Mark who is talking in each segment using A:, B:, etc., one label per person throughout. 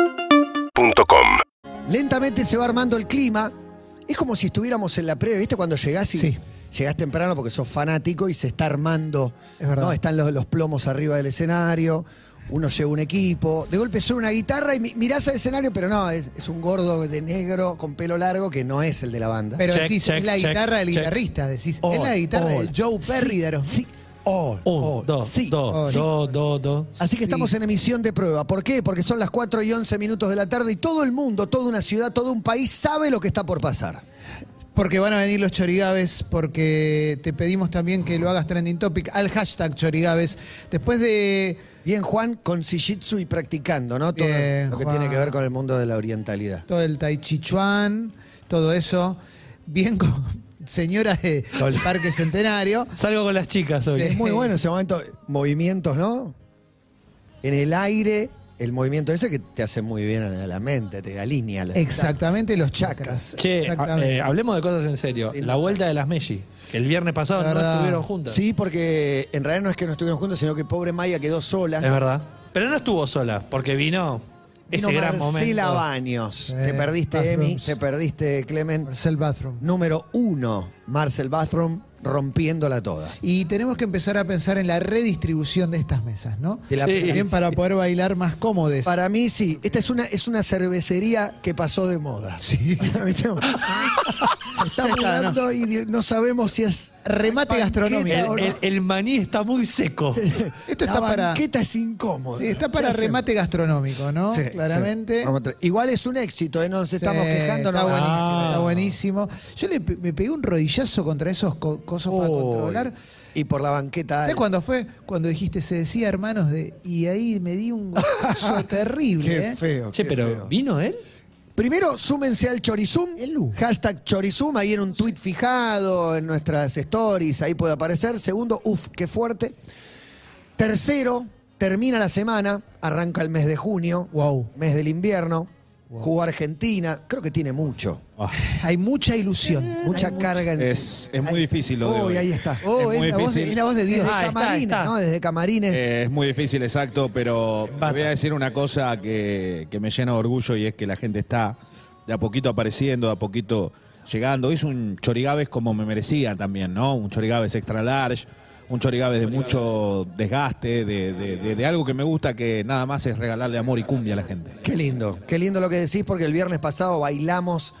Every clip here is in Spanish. A: UrbanaPlayFM.com
B: Lentamente se va armando el clima. Es como si estuviéramos en la previa, ¿viste? Cuando llegás y
C: Sí.
B: llegás temprano porque sos fanático y se está armando.
C: Es verdad.
B: ¿no? Están los, los plomos arriba del escenario, uno lleva un equipo. De golpe suena una guitarra y mi- mirás al escenario, pero no, es, es un gordo de negro con pelo largo que no es el de la banda.
C: Pero
D: Check,
C: decís,
D: check,
C: es la
D: check,
C: guitarra del
D: check.
C: guitarrista, decís,
B: Oh,
C: es la guitarra
B: oh,
C: de Joe Perry
B: sí,
C: de Aerosmith.
B: Sí. Oh, oh,
D: Un, dos,
B: sí,
D: dos,
C: oh,
B: sí.
D: dos, dos, dos.
B: Así que
C: Sí.
B: estamos en emisión de prueba. ¿Por qué? Porque son las 4 y 11 minutos de la tarde y todo el mundo, toda una ciudad, todo un país sabe lo que está por pasar.
C: Porque van a venir los chorigaves, porque te pedimos también que lo hagas trending topic al hashtag chorigaves. Después de...
B: Bien, Juan, con Shijitsu y practicando, ¿no? Todo
C: Bien,
B: lo que
C: Juan.
B: tiene que ver con el mundo de la orientalidad.
C: todo el tai chi chuan, todo eso, bien con señoras de del Parque Centenario.
D: Salgo con las chicas hoy.
C: Sí.
B: Es muy bueno ese momento, movimientos, ¿no? En el aire, el movimiento ese que te hace muy bien a la mente, te alinea. la-
C: Exactamente los chakras.
D: Che,
C: Exactamente.
D: a- eh, hablemos de cosas en serio.
B: Sí,
D: La
B: mucho.
D: vuelta de las Messi, que el viernes pasado
C: La
D: no
C: verdad.
D: estuvieron juntas.
B: Sí, porque en realidad no es que no estuvieron juntos, sino que pobre Maya quedó sola.
D: Es verdad. Pero no estuvo sola, porque vino,
B: Vino
D: ese gran
B: Marcela
D: momento.
B: Baños.
C: Sí,
B: te perdiste,
C: bathrooms.
B: Emi, te perdiste, Clement.
D: eh,
C: Marcel Bathroom.
B: Número uno, Marcel Bathroom, rompiéndola toda.
C: Y tenemos que empezar a pensar en la redistribución de estas mesas, ¿no?
B: De la-
D: Sí.
C: También para poder bailar más cómodes.
B: Para mí sí, esta es una, es una cervecería que pasó de moda.
C: Sí.
B: Para mí está- Se está mudando y di- no sabemos si es... banqueta
C: Remate gastronómico.
B: o
D: El,
B: no.
D: el- el maní está muy seco.
C: Esto
B: La
C: está para,
B: banqueta es incómoda.
C: sí, está para
B: ¿Qué hacemos?
C: remate gastronómico, ¿no?
B: Sí, sí.
C: Claramente.
B: Vamos a tra- Igual es un éxito, ¿eh? no nos estamos
C: Sí,
B: quejando.
C: Está
B: no.
C: buenísimo,
D: Ah.
C: está buenísimo. Yo le, pe- me pegué un rodillazo contra esos co- cosos para
B: Uy,
C: controlar.
B: Y por la banqueta...
C: ¿Sabes cuándo fue? Cuando dijiste, se decía hermanos de. Y ahí me di un golazo terrible.
B: Qué
C: ¿eh?
B: feo.
D: che,
B: qué
D: pero
B: feo.
D: ¿vino él?
B: Primero, súmense al Chorizum.
C: Elu.
B: Hashtag Chorizum, ahí en un tweet fijado, en nuestras stories, ahí puede aparecer. Segundo, uff, qué fuerte. Tercero, termina la semana, arranca el mes de junio,
C: Wow.
B: mes del invierno, jugó Argentina. Creo que tiene mucho,
C: Hay mucha ilusión.
B: mucha carga en
E: Es, es muy
B: Ahí-
E: difícil lo de
B: Uy,
E: hoy.
B: ahí está.
C: Oh,
E: Es
C: es,
E: muy
C: la voz de,
E: difícil.
C: es la voz de Dios.
B: Desde
D: Ah, está,
B: Camarines,
D: está.
B: ¿no? Desde Camarines.
E: Eh, es muy difícil, exacto, pero
D: Empata.
E: te voy a decir una cosa que, que me llena de orgullo y es que la gente está de a poquito apareciendo, de a poquito llegando. Hice un chorigaves como me merecía también, ¿no? Un chorigaves extra large, un chorigaves de mucho desgaste, de, de- de- de algo que me gusta que nada más es regalarle amor y cumbia a la gente.
B: Qué lindo, qué lindo lo que decís porque el viernes pasado bailamos,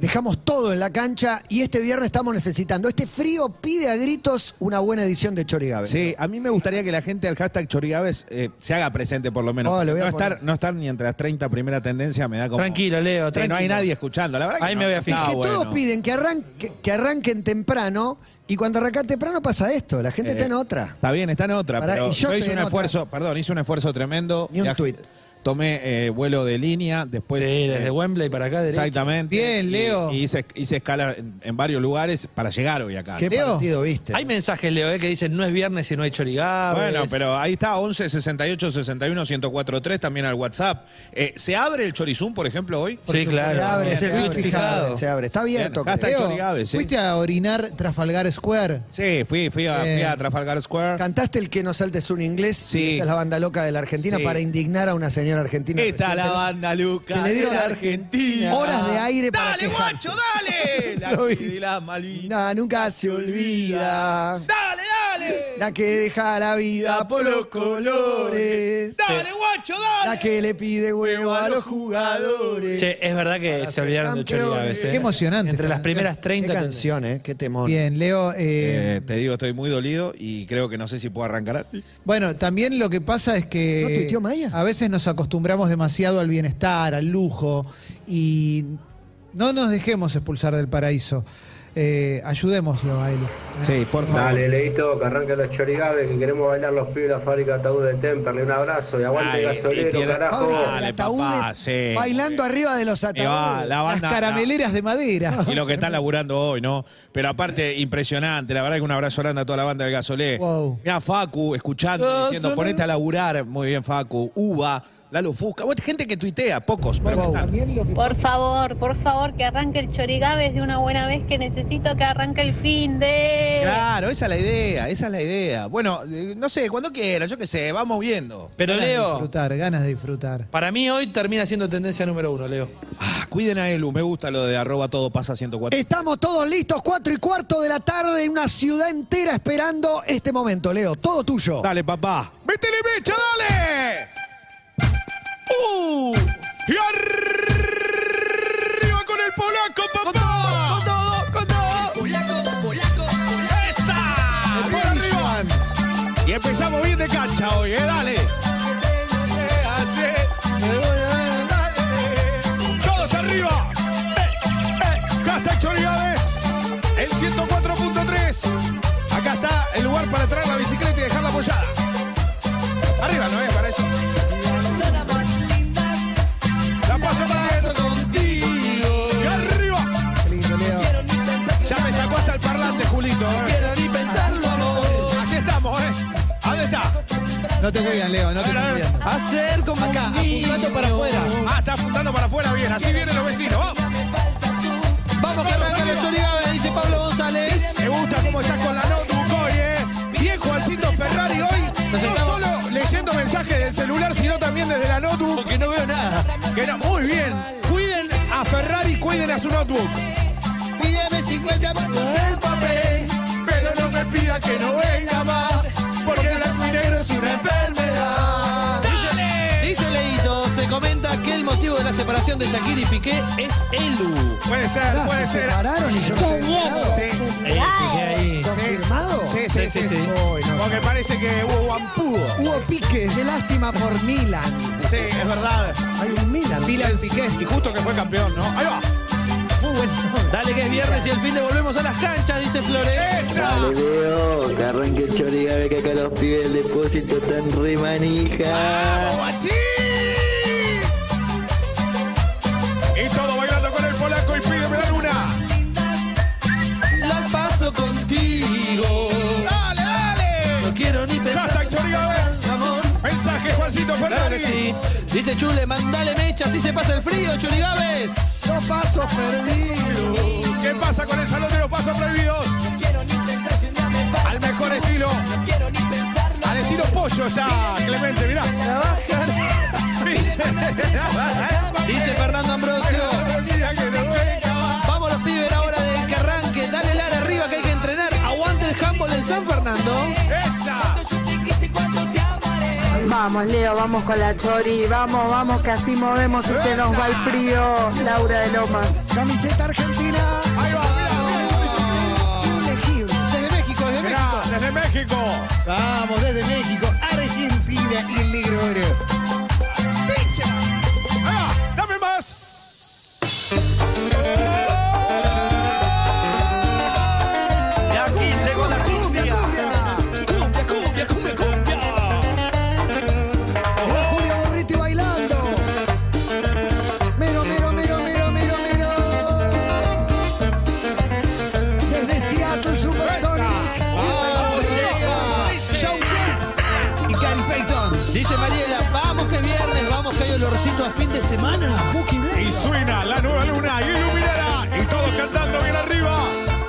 B: dejamos todo en la cancha y este viernes estamos necesitando. Este frío pide a gritos una buena edición de Chorigabe.
E: Sí, a mí me gustaría que la gente al hashtag Chorigaves eh, se haga presente por lo menos.
B: Oh, lo voy a
E: no, estar,
B: poner.
E: no estar ni entre las 30 primera tendencia me da como...
D: Tranquilo, Leo,
E: Sí, No hay
D: tranquilo.
E: nadie escuchando, la verdad. que
D: Ahí
E: no,
D: me voy a
E: no
D: fijar.
E: está
B: que todos
E: bueno.
B: piden que, arranque- que arranquen temprano y cuando arrancan temprano pasa esto, la gente
E: Eh,
B: está en otra.
E: Está bien, está en otra.
B: Pará,
E: pero
B: y yo
E: yo,
B: estoy
E: hice
B: en
E: un
B: otra.
E: esfuerzo, perdón, hice un esfuerzo tremendo.
B: Ni un
E: Ya-
B: tuit.
E: Tomé eh, vuelo de línea, después.
D: Sí,
E: eh,
D: desde Wembley para acá derecho.
E: Exactamente.
C: Bien,
E: Y-
C: Leo.
E: Y, hice, hice escala en, en varios lugares para llegar hoy acá.
B: ¿Qué
C: Leo?
B: partido viste?
D: Hay mensajes, Leo, eh, que dicen no es viernes y no hay chorigabes.
E: Bueno, pero ahí está, 11 68 61 1043 también al WhatsApp. Eh, ¿Se abre el chorizum, por ejemplo, hoy?
D: Sí, claro.
B: se abre,
D: es
B: se,
D: el
B: abre,
D: tweet
B: se
D: fijado.
B: abre, se abre. Está abierto.
E: Bien, hashtag
B: creo.
C: Leo,
E: Chorigaves, sí.
C: fuiste a orinar Trafalgar Square.
E: Sí, fui, fui, a, fui
C: Eh.
E: a Trafalgar Square.
B: Cantaste el que no saltes un inglés.
E: Sí.
B: y Esta es la banda loca de la Argentina
E: Sí.
B: para indignar a una señora argentina.
E: Esta la banda, Luca.
B: que le dieron
E: de la
B: a-
E: Argentina.
B: horas de aire para
E: ¡Dale,
B: quejarse.
E: guacho, dale! La de las Malvinas.
B: No, nunca se olvida.
E: ¡Dale, dale!
B: La que deja la vida por los colores.
E: ¡Dale, guacho,
B: La que le pide huevo a los jugadores.
D: Che, es verdad que se
B: ser
D: olvidaron de
B: campeones.
D: chorigabes. eh.
C: Qué emocionante
D: Entre
C: esta
D: las primeras
B: Qué
D: 30
B: canción, ¿eh? Qué temor.
C: Bien, Leo. eh,
E: te digo, estoy muy dolido y creo que no sé si puedo arrancar así.
C: Bueno, también lo que pasa es que
B: ¿No tuiteó Maya?
C: a veces nos acostumbramos demasiado al bienestar, al lujo, y no nos dejemos expulsar del paraíso. Eh, ayudémoslo a él. ¿eh?
E: Sí, por favor.
F: Dale, Leito, que arranque los chorigaves, que queremos bailar los pibes de la fábrica Ataúd de Temperley. Un abrazo y aguante
E: Dale,
F: el
E: y tiene-
F: gasolero, carajo.
B: Fábrica de
E: Dale,
B: ataúdes
E: papá, sí.
B: bailando arriba de los
E: Y va,
B: ataúdes.
E: la
C: Las
E: banda.
C: carameleras de madera.
E: Y lo que están laburando hoy, ¿no? Pero aparte, impresionante. La verdad que un abrazo grande a toda la banda del Gasolé.
C: Wow.
E: Mirá, Facu, escuchando, diciendo, ponete a laburar. Muy bien, Facu. Uva. Lalo Fusca. Bueno, gente que tuitea, pocos, pero
C: Wow.
E: que están.
G: Por favor, por favor, que arranque el Chorigaves de una buena vez que necesito que arranque el fin de...
E: Claro, esa es la idea, esa es la idea. Bueno, eh, no sé, cuando quiera, yo qué sé, vamos viendo.
D: Pero
C: Ganas de
D: Leo,
C: disfrutar, ganas de disfrutar.
D: para mí hoy termina siendo tendencia número uno, Leo.
E: Ah, cuiden a Elu, me gusta lo de arroba todo pasa 104.
B: Estamos todos listos, 4 y cuarto de la tarde, en una ciudad entera esperando este momento, Leo. Todo tuyo.
E: Dale, papá. ¡Métele mecha, dale! ¡Uh! ¡Y arriba con el polaco, papá! ¡Con todo, con todo!
H: Polaco, polaco, polaco.
E: ¡Esa! ¡Por arriba! Y empezamos bien de cancha hoy, ¿eh? Dale. Todos arriba. Eh, Hasta Chorigaves. El 104.3. Acá está el lugar para traer la bicicleta y dejarla apoyada. Arriba, ¿no es para eso? La paso para contigo. Y arriba.
C: Qué lindo, Leo.
E: Ya me sacó hasta el parlante, Julito. No quiero ni pensarlo, amor. Así estamos, ¿eh? ¿A ¿Dónde está?
C: No te cuidan, Leo, no te
E: A ver, a ver.
C: cuidan.
D: Hacer como
C: Acá, apuntando para afuera.
E: Ah, está apuntando para afuera bien. Así vienen los vecinos. Vamos.
D: Vamos que arrancan los Chorigaves, dice Pablo González.
E: Me gusta cómo estás con la notebook hoy, ¿eh? Bien, Juancito Ferrari hoy. No solo leyendo mensajes del celular, sino también desde la notebook.
D: Porque no veo nada.
E: Que no- muy bien. Cuiden a Ferrari, cuiden a su notebook.
C: Pídeme 50
E: el papel, pero no me pida que no venga más, porque el blanco y negro es una enfermedad. ¡Dale!
D: Dice Leito, se comenta que el motivo de la separación de Shakira y Piqué es Elu.
E: Puede ser, puede
B: Se
E: ser.
B: pararon y yo no te
E: Sí,
D: Eh, Piqué ahí.
B: ¿Confirmado?
E: sí, sí, sí, sí. Uh. Porque parece que hubo guampudo.
B: Hubo pique. Qué lástima por Milan.
E: Sí, es verdad.
B: Hay un Milan.
E: Y justo que fue campeón, ¿no? Ahí va.
D: Dale que es viernes y el fin de volvemos a las canchas, dice Flores.
E: ¡Esa!
F: Le veo, que arranque el chorigabe que acá los pibes del depósito están re manija.
E: ¡Guachín! Y todo bailando con el polaco y pídeme la luna.
D: Las paso contigo.
E: ¡Dale, dale!
D: No quiero ni pensar.
E: Hashtag Chorigaves.
D: Amor.
E: Mensaje, Juancito
D: Claro que
E: Ferrari.
D: sí. Dice Chule, mandale mecha, así se pasa el frío, Chorigaves.
B: Dos pasos perdidos.
E: ¿Qué pasa con el salón de los pasos prohibidos? Al mejor estilo. Al estilo pollo está Clemente, mirá.
D: Dice Fernando Ambrosio. Vamos los pibes, era hora de que arranque. Dale Lara arriba que hay que entrenar. Aguante el handball en San Fernando.
E: ¡Esa!
I: Vamos, Leo, vamos con la chori. Vamos, vamos, que así movemos y se nos va el frío. Laura de Lomas.
B: Camiseta argentina.
E: Ahí va, mirá,
B: Ilegible.
C: Desde México, desde
E: mirá, mirá. Mirá, desde México.
C: Vamos, desde México, Argentina y el negro oro.
E: Ahí va, dame más.
D: Y aquí llegó la
B: cumbia,
D: Cumbia, cumbia, cumbia, cumbia.
B: Hola, Julio Borriti bailando. Mero, mero, mero, mero, mero, mero. Desde Seattle, Supersonic.
D: Ah,
E: Vamos, llega.
C: Y Gary Payton.
D: Dice Mariela, vamos que es viernes, vamos que hay olorcito a fin de semana.
B: Buki Black.
E: Y suena la nueva luna iluminará. Y todos cantando bien arriba.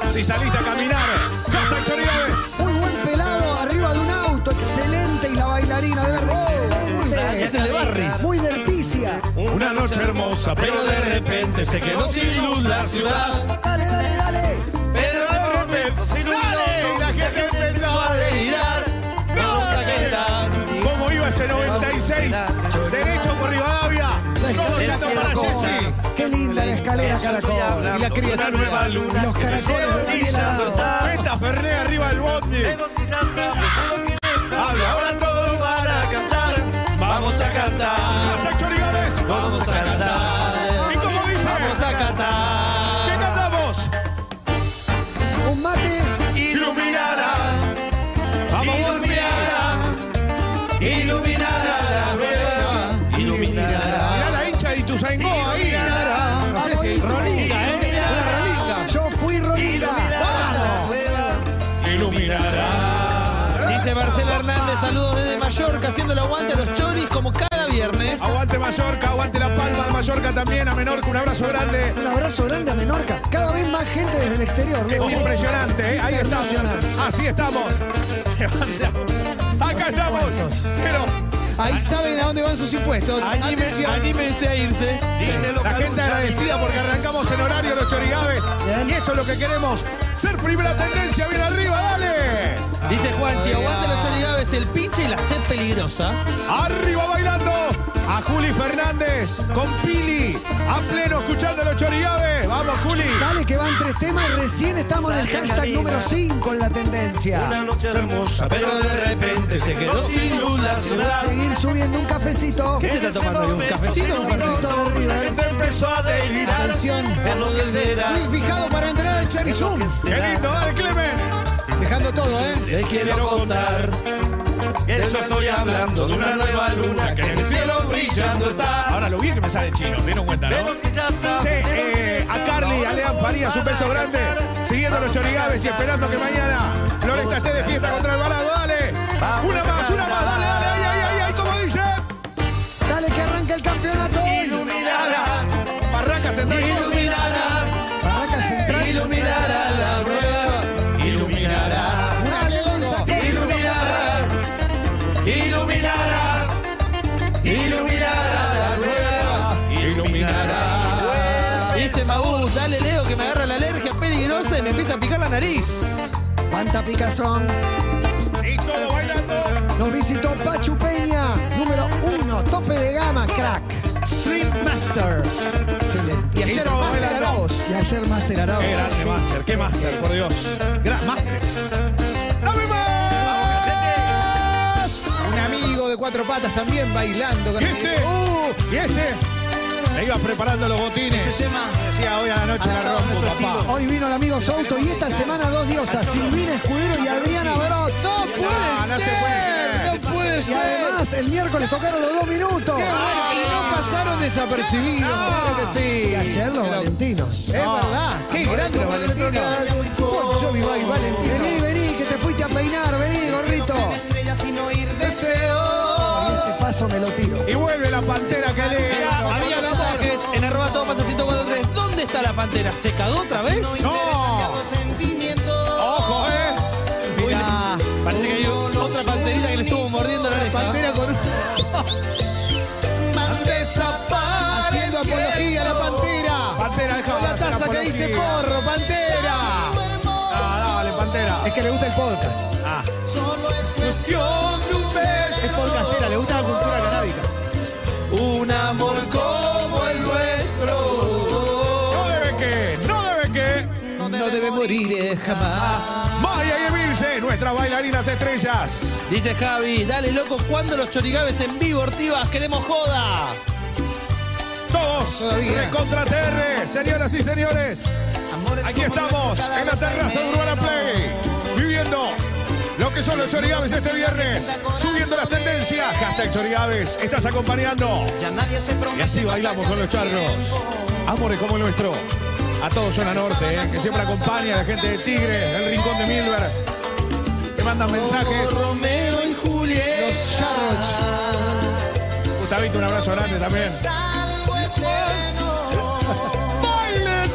E: Si saliste a caminar, gasta chorigaves.
B: Muy buen pelado arriba de un auto. Excelente. Y la bailarina, de verdad.
D: Oh, Es
B: Excelente.
D: el de Barry.
B: Muy derticia.
E: Una noche hermosa, pero de repente se quedó sin luz la ciudad.
B: Dale, dale, dale.
D: Pero
E: De repente, ¡dale! Y la gente empezó a delirar. No sé cómo iba ese 96. Derecho por Rivadavia. Todo ya está para Jessy.
B: Qué linda la escalera, caracol.
C: Y la criatura.
B: Los caracoles de Daniel Alado.
E: Venta Ferné arriba el bondi. Habla, ahora todos van a cantar. Vamos a cantar. Hasta Chorigaves. Vamos a cantar. ¿Y cómo dice? Vamos a cantar. ¿Qué cantamos?
B: Un mate.
E: iluminará. Vamos iluminará. Iluminará la verdad. Iluminará. Mirá la hincha de Ituzaingó ahí. No sé si Rolinga, ¿eh? Rolinga.
B: Yo fui Rolinga.
E: Iluminará.
D: Dice Marcela Hernández, saludos desde Mallorca, haciendo el aguante a los choris como cada viernes.
E: Aguante Mallorca, aguante La Palma de Mallorca también, a Menorca, un abrazo grande.
B: Un abrazo grande a Menorca. Cada vez más gente desde el exterior.
E: Es
B: Leo.
E: impresionante, ¿eh? ahí estamos.
B: Internacional.
E: Así estamos. Se van de a- Acá estamos. Pero
C: Ahí saben a dónde van sus impuestos.
D: Anímense,
C: Atención.
D: anímense a irse.
E: la gente agradecida porque arrancamos en horario los chorigaves. Y eso es lo que queremos. Ser primera tendencia, bien arriba, dale.
D: Dice Juanchi, aguante los chorigaves, el pinche y la sed peligrosa.
E: Arriba bailando a Juli Fernández con Pili. A pleno escuchando los chorigaves. Vamos, Juli.
B: Dale que van tres temas. Recién estamos en el hashtag número 5 en la tendencia.
J: noche hermosa, pero de repente se quedó sin luz la ciudad.
B: Seguir subiendo un cafecito.
D: ¿Qué se está tomando ahí? ¿Un cafecito o un
B: Cafecito de River.
J: empezó a delirar.
C: Atención. Muy fijado para entrar al Charizum.
E: Qué lindo, dale, Clemen.
C: Dejando todo, ¿eh?
J: Les quiero contar que yo estoy hablando de una nueva luna que en el cielo brillando está.
E: Ahora lo bien que me sale el chino, se dieron cuenta, ¿no?
J: Vemos que ya sabe que
E: Che, eh,
J: no
E: a
J: se
E: Carly,
J: va
E: a Lean Farías, un beso grande. Siguiendo los chorigaves y esperando que mañana Floresta esté de fiesta contra el balado. Dale. Una más, una más. Dale, dale, ahí, ahí, ahí, ahí, como dice.
B: Dale que arranca el campeonato hoy.
J: Iluminará,
E: Barraca Central.
J: iluminará,
B: Barraca Central.
J: iluminará la prueba, iluminará,
B: Dale, Gonza.
J: iluminará, iluminará, iluminará la prueba, iluminará.
D: Dice Maú, dale Leo que me agarra la alergia peligrosa y me empieza a picar la nariz.
B: Cuánta picazón.
E: Y todo bailando.
B: Nos visitó Pachu Peña, número uno, tope de gama, crack.
D: Stream Master.
B: Excelente.
D: Y ayer
E: todo
D: más
E: bailando.
D: Arauz.
B: Y ayer Master Arau.
E: Qué grande máster, qué máster, por Dios. Gran másteres. ¡Dame más!
C: Un amigo de cuatro patas también bailando. Con
E: Y este, uh, y este. Le iba preparando los botines.
C: Este
E: Decía hoy a la noche la rompo, papá.
B: Hoy vino el amigo Souto y esta semana dos diosas, Silvina Escudero y Adriana Barot. ¡No
E: No,
B: puede
E: no se
B: ser!
E: puede creer.
C: No puede
B: Y
C: ser.
B: además, el miércoles tocaron los dos minutos.
C: Y no pasaron desapercibidos. claro que sí.
B: Y ayer los Valentinos.
C: Es verdad. Qué grande los Valentinos. Bon Jovi, Bye, Valentino.
B: Vení, vení, que te fuiste a peinar. Vení, gorrito. Y este paso me lo tiro.
E: Y vuelve la pantera que le.
D: Había mensajes en arroba todo pasa 143. ¿Dónde está la pantera? ¿Se cagó otra vez?
E: ¡No! ¡Ojo, eh!
D: Mirá, Parece que hay otra panterita que le estuvo mordiendo la oreja.
C: Pantera con
D: Ah,
C: Haciendo apología a la pantera.
E: Pantera, deja
C: Con la
E: hacer
C: taza que
E: apología.
C: dice porro, pantera.
E: Ah, dale, pantera.
C: Es que le gusta el podcast.
E: Ah.
C: Es podcastera, le gusta la cultura canábica.
J: Un amor como el nuestro.
E: No debe que, no debe que.
C: No debe morir eh, jamás.
E: Maya y Emilce, nuestras bailarinas estrellas.
D: Dice Javi, dale loco, ¿cuándo los chorigaves en vivo, Ortivas? ¡Queremos joda!
E: Todos
C: Todavía.
E: recontra TR, señoras y señores. Aquí estamos en la terraza de Urbana Play, viviendo lo que son los chorigaves este viernes, subiendo las tendencias. Hashtag chorigaves, estás acompañando. Y así bailamos con los charros. Amores como el nuestro. A todos Zona Norte, eh, que siempre acompaña a la gente de Tigre, el Rincón de Milver. Que mandan mensajes.
J: Romeo y Julieta.
C: Los Charroch.
E: Gustavito, un abrazo grande también.
J: Algo eterno.
E: ¡Bailen!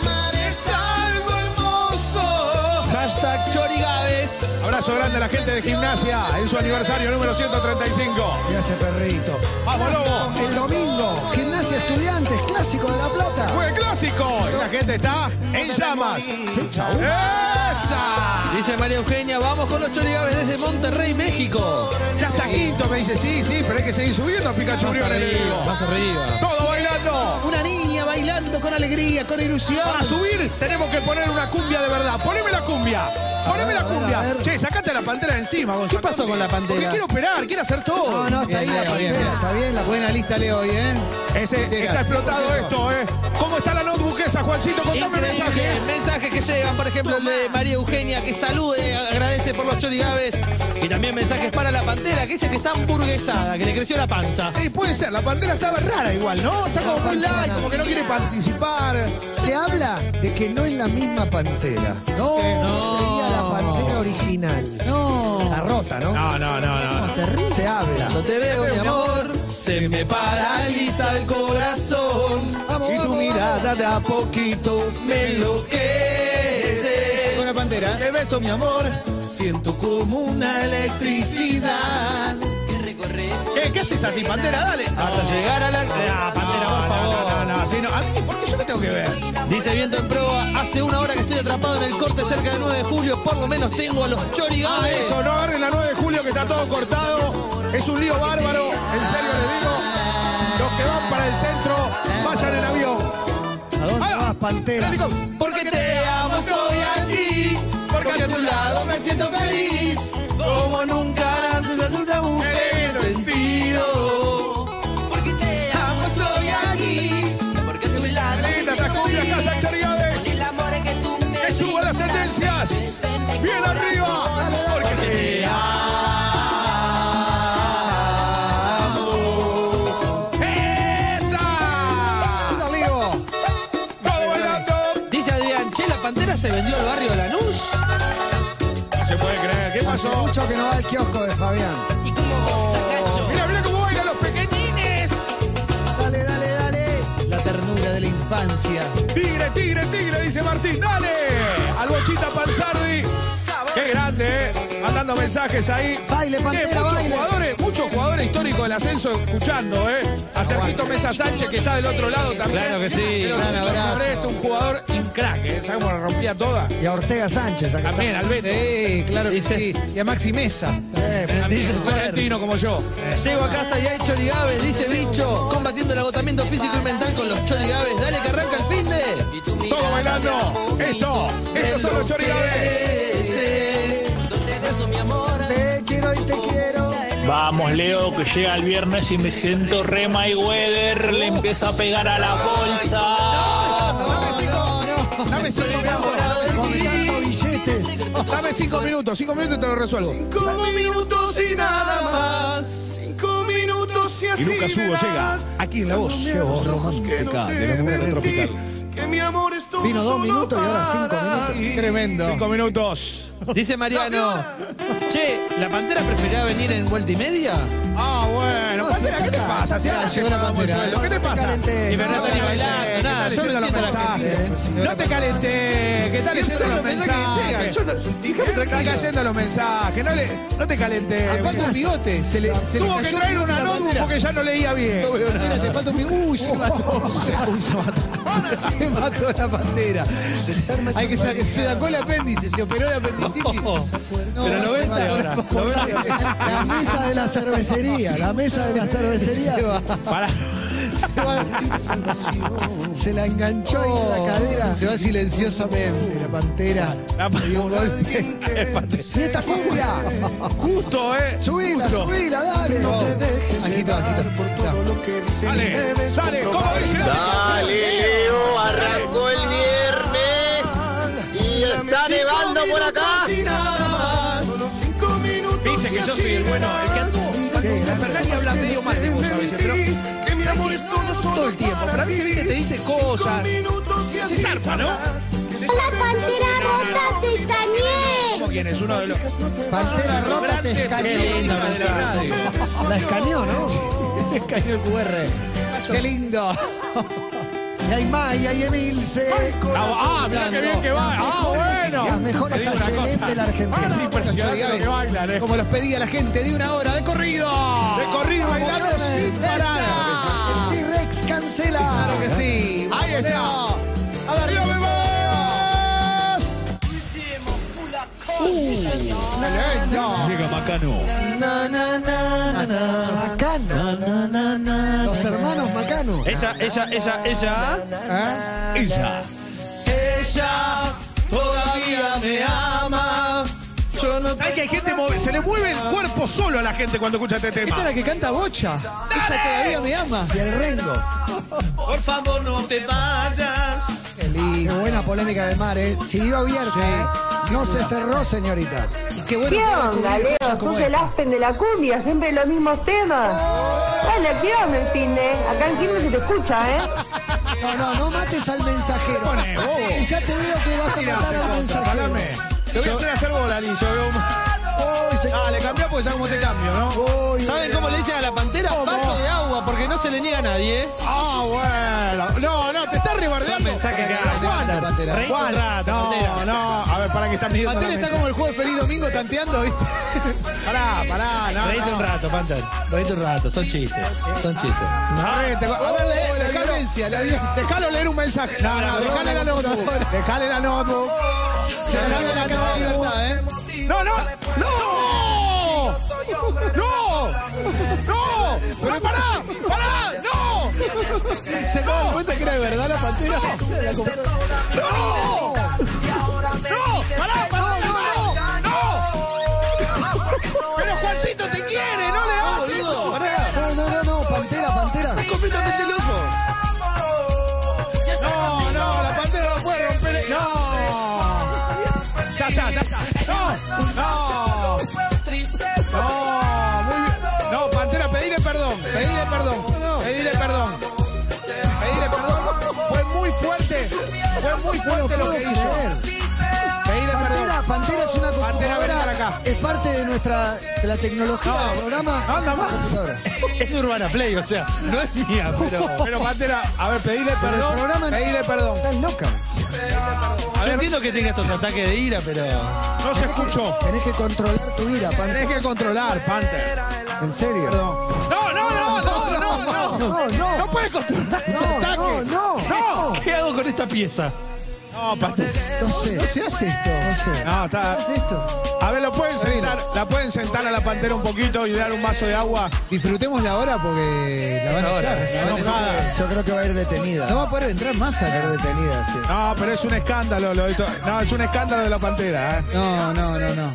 J: Amar es algo hermoso.
D: Hashtag chorigaves.
E: Abrazo grande a la gente de gimnasia en su aniversario número 135.
B: Mira ese perrito.
E: ¡Vamos, Lobo!
B: El domingo, Gimnasia Estudiantes, Clásico de la Plata.
E: ¡Fue el clásico! Y la gente está en llamas.
B: Fecha uno.
E: ¡Esa!
D: Dice María Eugenia, vamos con los chorigaves desde Monterrey, México.
E: Ya está quinto, me dice. Sí, sí, pero hay que seguir subiendo, Pikachu Briones, le digo.
D: Más arriba.
E: Todo bailando.
C: Una niña bailando con alegría, con ilusión.
E: Para subir tenemos que poner una cumbia de verdad. Poneme la cumbia. Poneme la
B: ver, a
E: cumbia.
B: ver.
E: Che, sacate la pantera de encima, Gonzalo.
D: ¿Qué pasó con la pantera?
E: Porque quiero operar, quiero hacer todo.
B: No, no, está ahí la
C: Leo, bien,
B: primera,
C: bien.
B: está bien la
C: Buena lista, Leo, hoy, ¿eh?
E: Ese, está
C: Gracias.
E: explotado esto, ¿eh? ¿Cómo está la notebook esa, Juancito? Contame
D: Increíble.
E: mensajes.
D: ¿eh? Mensajes que llegan, por ejemplo, el de María Eugenia, que salude, agradece por los chorigaves. Y también mensajes para la pantera, que dice que está hamburguesada, que le creció la panza.
E: Sí, puede ser, la pantera estaba rara igual, ¿no? Está como muy light, como que no quiere participar.
B: Se habla de que no es la misma pantera. No, sería la pantera original. No. La rota, ¿no?
E: No, no, no, no.
B: Se habla.
D: No te veo, mi amor, se
E: que me paraliza el corazón.
B: Vamos,
E: y tu
B: vamos,
E: mirada de a poquito me enloquece.
C: Con la pantera.
E: Te beso, mi amor. Siento como una electricidad.
D: ¿Qué, qué haces así, Pantera? Dale.
E: Hasta llegar a la.
D: Ah, Pantera, por favor.
E: No, no, no, así no. A mí, ¿por qué yo me tengo que ver?
D: Dice Viento en Proa, hace una hora que estoy atrapado en el corte cerca del 9 de julio, por lo menos tengo a los
E: Ah,
D: chorigaves.
E: eso, no agarren la 9 de julio que está todo cortado. Es un lío bárbaro, en serio les digo. Los que van para el centro, vayan en avión.
B: ¿A dónde
E: Ah,
B: vas, Pantera?
E: Nico,
D: Porque te amo, estoy aquí.
E: Porque a tu lado me siento feliz.
D: Como nunca antes de una mujer
E: me he
D: sentido.
K: Porque te
E: Amo, estoy aquí.
K: porque tu lado
E: Linda esta cumbia, acá está Chori Gávez.
K: amor que tú me
E: Que suba las tendencias. Bien arriba. Porque te amo. ¡Esa!
B: amigo.
E: ¡Vamos bailando!
D: Dice Adrián, che, la Pantera se vendió al barrio de Lanús.
E: No se puede creer. ¿Qué
B: Hace
E: pasó?
B: mucho que no va al kiosco de Fabián.
E: Mira, mira cómo bailan los pequeñines.
B: Dale, dale, dale.
C: La ternura de la infancia.
E: Tigre, tigre, tigre, dice Martín. Dale. Al bochita Panzardi. Qué grande, ¿eh? Mandando mensajes ahí.
B: Baile, Pantera,
E: Che, muchos
B: baile.
E: jugadores, muchos jugadores históricos del ascenso escuchando, ¿eh? A Sergito Mesa Sánchez, que está del otro lado también.
D: Claro que sí.
E: Pero
C: Gran
E: Luis
C: abrazo.
E: Alberto, un jugador in crack, ¿eh? ¿Sabes cómo la rompía toda?
B: Y a Ortega Sánchez. acá.
E: También, Alberto.
C: Sí, claro que
D: Dice-
C: sí. Y a Maxi Mesa.
B: Eh,
D: Dice
E: Un argentino como yo.
D: Llego a casa y hay chorigaves, dice bicho, combatiendo el agotamiento físico y mental con los chorigaves. Dale que arranca el fin de.
E: Todo bailando. Esto, estos son los chorigaves.
B: te quiero y te quiero.
A: Vamos, Leo, que llega el viernes y me siento re my weather. Le empiezo a pegar a la bolsa.
E: Dame cinco, dame cinco minutos.
B: Con tantos billetes.
E: Dame cinco minutos, cinco minutos y te lo resuelvo.
D: Como minutos y nada más. Cinco minutos y
L: Y Lucas Hugo llega aquí en la voz romántica de la número tropical.
B: Vino dos minutos y ahora cinco minutos.
C: Tremendo.
E: Cinco minutos.
D: Dice Mariano, che, ¿la Pantera preferirá venir en vuelta y media?
E: Ah, bueno.
B: No,
E: Pantera,
B: si
E: ¿qué te
B: acá.
E: pasa? Si ahora
B: Acá
E: te
B: llegó la
E: estábamos
B: Pantera,
E: sueldo,
B: ¿eh?
E: ¿Qué te
B: No te
E: pasa?
B: calenté,
E: Y pero
B: no
E: no
B: te
E: te
D: calenté,
E: calenté,
D: nada,
E: nada.
D: yo no
E: Yo no los
D: entiendo la
E: mensajes.
B: Argentina.
E: No te calenté. ¿Qué tal leyendo los mensajes?
D: Yo no, déjame
E: Está
D: tranquilo.
E: cayendo los mensajes, no, le- no te calenté.
C: Te falta un bigote. Se le, se le
E: Tuvo
C: cayó
E: que
C: el
E: traer
C: bigote a
E: una
C: la
E: notebook
C: bandera.
E: porque ya no leía bien.
C: Pantera, te falta un bigote. Uy, se mató. Uy, se mató. Se mató la pantera. Hay que sa- se sacó el apéndice, se operó el apendicitis.
D: Pero lo vende ahora, lo vende.
B: La mesa de la cervecería. La mesa de la cervecería.
L: Pará.
C: Se va,
B: Se la enganchó ahí en la cadera.
C: se va silenciosamente. La pantera.
L: La
C: Le dio un golpe.
B: Y esta cumbia.
E: Justo, eh.
B: Subila,
E: Justo.
B: subila, dale.
C: Ajito, ajito. No.
E: Dale, dale, ¿cómo dice?
A: Leo, arrancó el viernes y está nevando por acá.
E: Viste que yo soy el bueno, el
B: Sí,
E: que Ferrari habla medio mal de vos a veces, pero
D: Todo el tiempo, pero a veces viste, te dice cosas.
E: se zarpa, ¿no?
K: La pantera rota te
E: Como quien es uno de los
B: Pantera rota te
E: Qué
B: escaneó.
E: linda nuestra radio.
B: La escaneó, ¿no?
C: Le cayó el QR. Qué lindo.
B: Y hay más, y hay Emilce.
E: Ah, mirá qué bien que va. Ah, bueno.
B: Las mejores
E: Te digo una
B: ayeres
E: cosa.
B: de la Argentina.
E: Es impresionante lo pues, que bailan, eh.
C: Como los pedía la gente, de una hora de corrido.
E: De corrido bailando sin parar.
B: El T-Rex cancela.
C: Claro que sí.
E: Ahí está. ¡Arriba, me vas!
L: Llega Macano.
B: Macano. Los hermanos Macano.
E: Ella, ella, ella, ella.
L: Ella.
E: Ella todavía me ama. Yo no Hay que hay gente move- se le mueve el cuerpo solo a la gente cuando escucha este
C: Esta es
E: tema.
C: la que canta Bocha. Esa todavía me ama.
B: Y el Rengo.
E: Por favor, no te vayas.
C: Qué
B: Qué
C: lindo.
B: buena polémica del mar, ¿eh? Siguió abierta. ¿eh? No se cerró, señorita.
C: Y qué bueno.
I: ¿Qué
C: que era
I: onda,
C: cubrir
I: Leo?
C: cosas como
I: Sos el
C: esta.
I: Aspen de la cumbia, siempre los mismos temas. Bueno, ¿qué onda el fin de? Acá en Quilmes se te escucha, ¿eh?
B: No, no, no mates al mensajero.
E: Pone, bobo.
B: Y ya te veo que vas a matar al mensajero.
E: Salame. Te voy a hacer hacer bola, Lillo.
B: Uy, se-
E: Ah, le cambió porque ya como te cambio, ¿no?
B: Uy,
D: ¿Saben cómo le dicen a la Pantera? Vaso de agua, porque se le niega a nadie, ¿eh?
E: Ah, bueno. No, no, te estás rebardeando.
D: Son mensajes que
E: Pero, Juan,
D: ganan, Pantera. Reí
E: Juan,
D: un rato,
E: no,
D: Pantera.
E: no. A ver, para que están pidiendo.
C: Pantera está como el juego de Feliz Domingo tanteando, ¿viste?
E: Pará, pará, no.
D: Reíte
E: no.
D: un rato, Panther. Reíte un rato, son chistes. Son chistes.
C: Ah,
E: Correte, co- a ver, lee,
C: Oh, la
E: dejalo-
C: violencia, la violencia.
E: Dejalo leer un mensaje. No, no, dejale la notebook. Dejale la notebook. Dejale la notebook. No, no, no. No. No. Pero pará, pará, no.
C: ¿Se acaban cuenta que era de verdad la pantera?
E: No. No, pará, pará, no, no, no. Pero Juancito te quiere, no le hagas eso.
B: No, no, no, no, Pantera, Pantera.
D: completamente loco.
E: No, no, la pantera no puede romper. No. Ya está, ya está. No, no. No, muy bien. No, pantera, pedile perdón. Pedile perdón. Pedile perdón. Pedile perdón. Fue muy fuerte. Fue muy fuerte lo que hizo. Pedile
B: Pantera,
E: perdón.
B: Pantera es una
E: Pantera, vení para
B: computadora.
E: acá.
B: Es parte de nuestra de la tecnología del programa.
E: no anda más.
B: Profesora.
D: Es de Urbana Play, o sea, no es mía, pero.
E: Pero pantera, a ver, pedile
B: Pero el programa
E: perdón.
B: no-
E: Pedile perdón.
B: Estás loca.
D: Yo entiendo que tenga estos ataques de ira, pero.
E: No se escuchó.
B: Tenés que controlar tu ira,
E: Tenés
B: Pantera.
E: que controlar, Panther.
B: En serio.
E: No, no, no, no, no, no.
B: No, no.
E: No puedes controlar ese
B: No,
E: ataque.
B: no, no.
E: no.
D: ¿Qué hago con esta pieza?
E: No, Panther.
B: No sé.
C: No se hace esto.
B: No sé.
E: No, está. A ver, lo pueden sentar, la pueden sentar a la pantera un poquito y dar un vaso de agua.
C: Disfrutemos la hora porque la van a
E: Ahora,
C: echar. La van a echar.
E: enojada.
B: Yo creo que va a ir detenida.
C: No va
B: Va
C: a poder entrar más
B: a ir
C: acá.
B: detenida, sí.
E: No, pero es un escándalo lo de esto. No, es un escándalo de la pantera, ¿eh?
C: No, no, no, no. No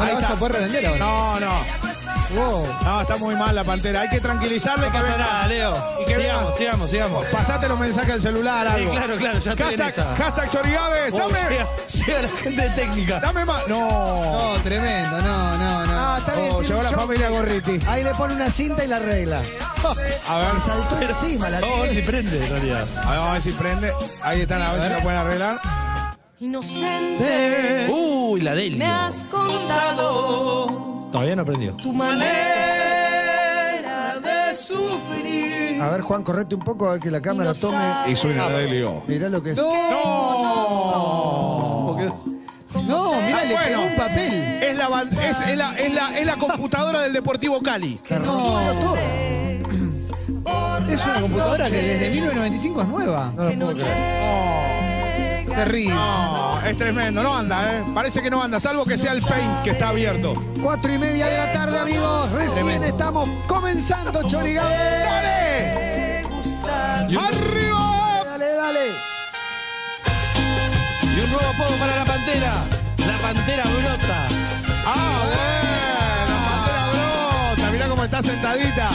E: Ahí
C: la vas
E: está.
C: a poder revender ahora.
E: No, no.
C: Wow.
E: No, está muy mal la pantera. Hay que tranquilizarle.
D: No
E: que
D: pasa
E: venga.
D: nada, Leo.
E: Y que
D: sigamos,
E: venga.
D: sigamos, sigamos.
E: Pasate los mensajes al celular,
D: Sí,
E: algo.
D: claro, claro, ya estoy en esa.
E: Hashtag, hashtag Chorigaves.
D: Oh,
E: Dame,
D: llega, llega la gente de técnica.
E: dame más. No.
C: No, tremendo. No, no, no.
B: Ah, está bien.
E: Oh,
B: tiene
E: llegó
B: un
E: la
B: show.
E: familia Gorriti. Ah.
B: Ahí le pone una cinta y la arregla.
E: A ver.
B: Le saltó encima la
D: Oh,
B: tiene.
D: se prende, en realidad.
E: A ver, vamos a ver si prende. Ahí están, a ver si lo pueden arreglar.
M: Inocente,
D: Uy, la Delio.
M: me has contado
D: Todavía no aprendió.
M: tu manera de
B: A ver, Juan, correte un poco a ver que la cámara tome.
N: Y suena la Delio.
B: Mirá lo que es.
C: No, mirá, le
E: Ah,
C: pegó
E: bueno.
C: un papel.
E: Es la, ban- es, es la, es la- es la computadora del Deportivo Cali.
B: Te rompió todo.
C: Es una computadora que desde 1995 es nueva.
B: No lo puedo creer.
C: Terrible.
E: No, es tremendo, no anda, ¿eh? Parece que no anda, salvo que sea el paint que está abierto.
B: Cuatro y media de la tarde, amigos. Recién estamos comenzando, Chorigabe.
E: ¡Dale! ¡Eh! ¡Arriba!
B: Dale, dale.
D: Y un nuevo apodo para la pantera. La pantera brota.
E: ¡Ah, bueno! ¡Pantera Brota! Mirá cómo está sentadita.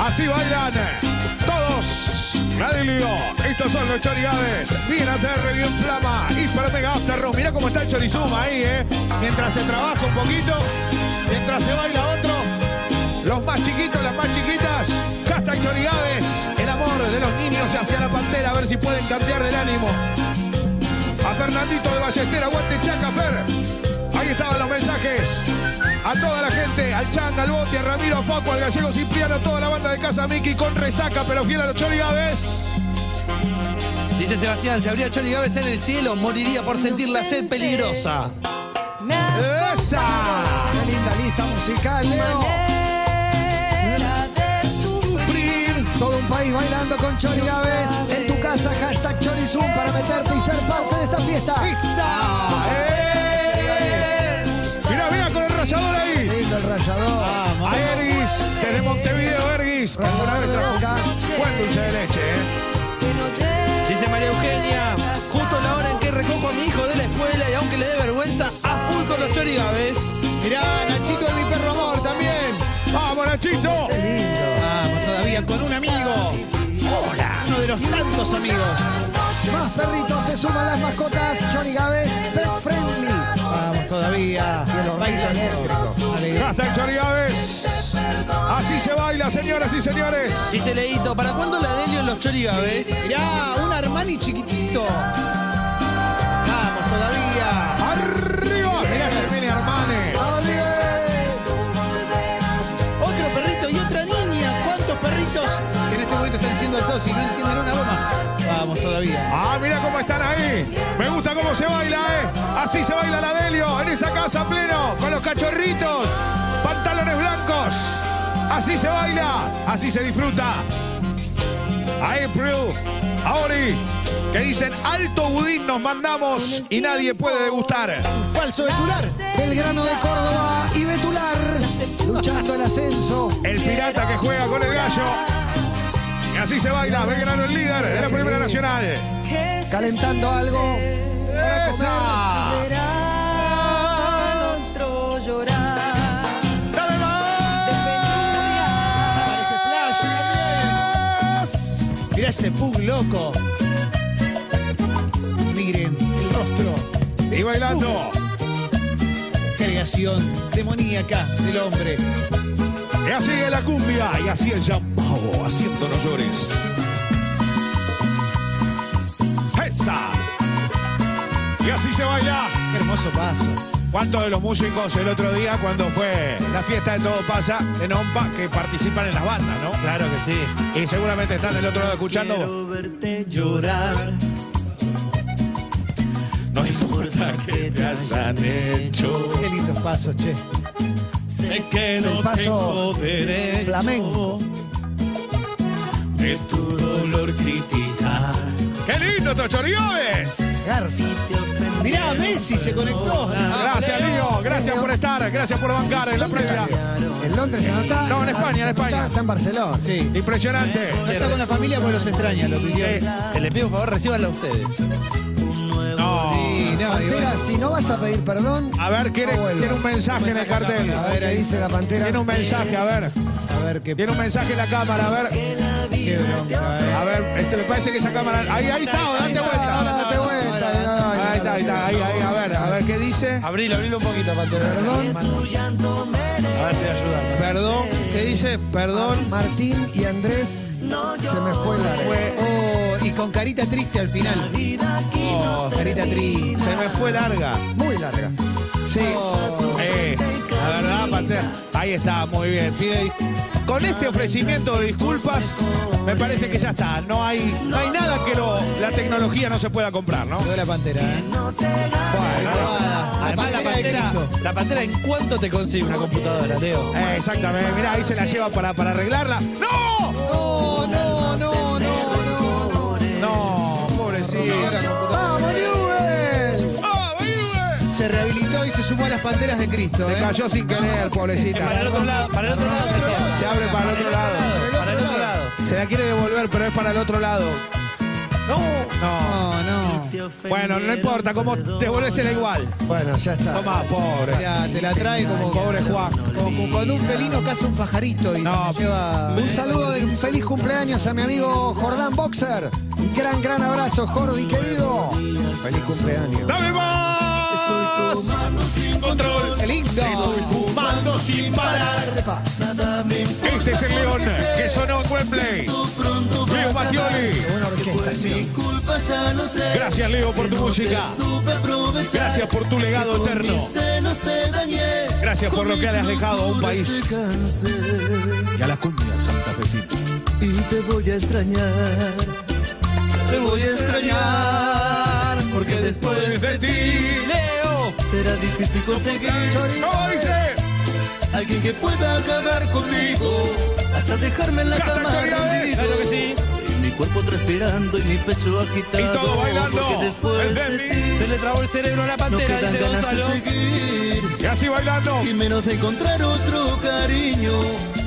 E: Así bailan eh, todos. Gladilio, estos son los chorigaves. Bien ATR, bien flama. Y para mega after rock. Mirá cómo está el chorizuma ahí, ¿eh? Mientras se trabaja un poquito, mientras se baila otro. Los más chiquitos, las más chiquitas. Hashtag chorigaves. El amor de los niños hacia la pantera. A ver si pueden cambiar el ánimo. A Fernandito de Ballester, aguante Chaca, Fer. Ahí estaban los mensajes. A toda la gente, al Changa, al Bote, a Ramiro, a Facu, al Gallego Cipriano, toda la banda de Casa Miki con resaca, pero fiel a los Chorigaves.
D: Dice Sebastián, si habría Johnny Gávez en el cielo, moriría por sentir la sed peligrosa.
E: ¡Esa!
B: Qué linda lista musical, Leo. Todo un país bailando con Chorigaves. En tu casa, hashtag Chorizum para meterte y ser parte de esta fiesta.
E: ¡Esa! ¡Eh! Mirá, mirá con el rayador ahí.
B: Lindo el rayador.
C: Ah,
E: A Erguis, desde Montevideo, Erguis. con
B: Rayador de
E: nuestra-
B: boca.
E: Buen dulce de leche, ¿eh?
D: Dice María Eugenia, justo la hora en que recojo a mi hijo de la escuela y aunque le dé vergüenza, a full con los chorigaves.
E: Mirá, Ah, Nachito de mi perro amor también. ¡Vamos, Nachito!
B: Qué lindo.
C: Vamos todavía con un amigo. Hola. Uno de los tantos amigos.
B: Más perritos se suman las mascotas. Chorigaves, pet friendly.
C: Vamos todavía.
B: Y el hornito eléctrico.
C: Alegría.
E: Hasta Chorigaves. Así se baila, señoras y señores.
D: Dice Leito, ¿para cuándo la Delio en los chorigaves?
C: Mirá, un Armani chiquitito. Vamos todavía.
E: Arriba. Mirá, se viene Armane.
B: ¡Ale!
C: Otro perrito y otra niña. ¿Cuántos perritos?
O: este
E: Ah, ahí. Me gusta cómo se baila, ¿eh? Así se baila la Delio en esa casa pleno, con los cachorritos, pantalones blancos. Así se baila, así se disfruta. A April, a Ori, que dicen alto budín nos mandamos y nadie puede degustar.
B: Falso Betular. Belgrano de Córdoba y Betular luchando el ascenso.
E: El pirata que juega con el gallo. Y así se baila, Belgrano el líder de la Primera Nacional.
B: Calentando algo. para
E: ¡Esa!
B: comer.
E: ¡Dale más!
O: Mirá ese pug loco. Miren el rostro.
E: Y bailando.
O: Creación demoníaca del hombre.
E: Y así es la cumbia, y así el llamado, haciendo no llores. ¡Esa! Y así se baila.
O: Qué hermoso paso.
E: ¿Cuántos de los músicos el otro día cuando fue la fiesta de Todo Pasa en OMPA que participan en las bandas, no?
D: Claro que sí.
E: Y seguramente están del otro lado escuchando.
D: Llorar. No importa que te hayan hecho.
C: Qué lindos pasos, che.
D: Sé que
B: Es el
D: no
B: paso
D: tengo derecho
B: flamenco.
D: de tu dolor criticar.
E: ¡Qué lindo estos chorioves!
B: Garza.
O: Mirá, Messi se conectó.
E: Gracias, Lío. Gracias por estar. Gracias por bancar en la previa.
B: En Londres se nota.
E: No, en España, en España.
B: Está en Barcelona.
O: Sí.
E: Impresionante.
O: No está con la familia porque los extraña, lo pidió.
D: Eh, le pido un favor, recíbanla ustedes.
E: No. Ah,
O: Y no, y
B: Pantera,
O: bueno,
B: si no vas a pedir perdón,
E: A ver, quiere,
B: No vuelva.
E: tiene un mensaje en el cartel.
B: a ver qué dice la pantera.
E: Tiene un mensaje, a ver.
O: a ver qué,
E: Tiene un mensaje en la cámara, a ver.
O: qué bronca. eh.
E: A ver, este, me parece que esa cámara. Ahí, ahí está, date
B: Ah,
E: vuelta.
B: date vuelta. ay,
E: Ahí está, ahí está, ahí, ahí, a ver, a ver qué dice.
D: Abrilo, abrilo un poquito, Pantera.
B: Perdón.
D: A ver, te voy a ayudar.
E: Perdón, ¿qué dice? Perdón.
B: Martín y Andrés se me fue la
E: Fue-
O: Oh, y con carita triste al final. Oh, carita triste.
E: Se me fue larga.
B: Muy larga.
E: Sí. Eh, la verdad, Pantera. Ahí está, muy bien. Pide, con este ofrecimiento de disculpas, me parece que ya está. No hay, no hay nada que lo, la tecnología no se pueda comprar, ¿no?
O: Quedó la pantera, ¿eh?
D: Además, la pantera, la pantera, ¿en cuánto te consigue una computadora, Leo?
E: Eh, exactamente. Mirá, ahí se la lleva para, para arreglarla. ¡No!
O: No, no, no, no, no, no.
E: No, pobrecito.
O: Ahora computadora.
B: ¡Vamos, Newell!
E: ¡Ah, vive!
O: Se rehabilitó y se sumó a las panteras de Cristo.
E: Se
O: ¿eh?
E: cayó sin querer,
D: Eh, para el
E: pobrecita.
D: otro lado, para el otro lado, Cristian.
E: Se abre para el otro lado.
D: Para el otro lado.
E: Se la quiere devolver, pero es para el otro lado.
D: No.
E: No.
O: No, no.
E: Bueno, no importa, como devolvésela igual.
B: Bueno, ya está.
E: Toma, pobre.
O: Mirá, te la trae como,
E: Pobre Juan.
O: como cuando un felino caza un pajarito y
E: No.
O: te lleva.
B: Un saludo de feliz cumpleaños a mi amigo Jordán Boxer. Gran, gran abrazo, Jordi, querido. Feliz cumpleaños.
E: ¡Dame más! sin control.
O: ¡Qué lindo!
E: fumando sin parar. Este es el león que sonó en Wembley. Leo Mattioli.
B: Una orquesta, sí.
E: Gracias, Leo, por tu música. Gracias por tu legado eterno. Gracias por lo que has dejado a un país. Y a las cumbias santafesinas.
D: Te voy a extrañar, porque después de ti, Leo, será difícil conseguir
E: ¿Cómo dice?
D: alguien que pueda acabar conmigo, hasta dejarme en la
E: Gasta
D: cama
E: Chori Gávez.
D: rendido.
E: ¿eh? Claro que sí.
D: Y Mi cuerpo transpirando y mi pecho agitado.
E: Y todo bailando.
D: Porque después
E: El
D: de
E: Demi.
D: ti
O: Se le trabó el cerebro a la
D: no
O: pantera,
D: quedan
O: dice
D: ganas de
O: Gonzalo.
D: seguir
E: Y así bailando.
D: y menos de encontrar otro cariño.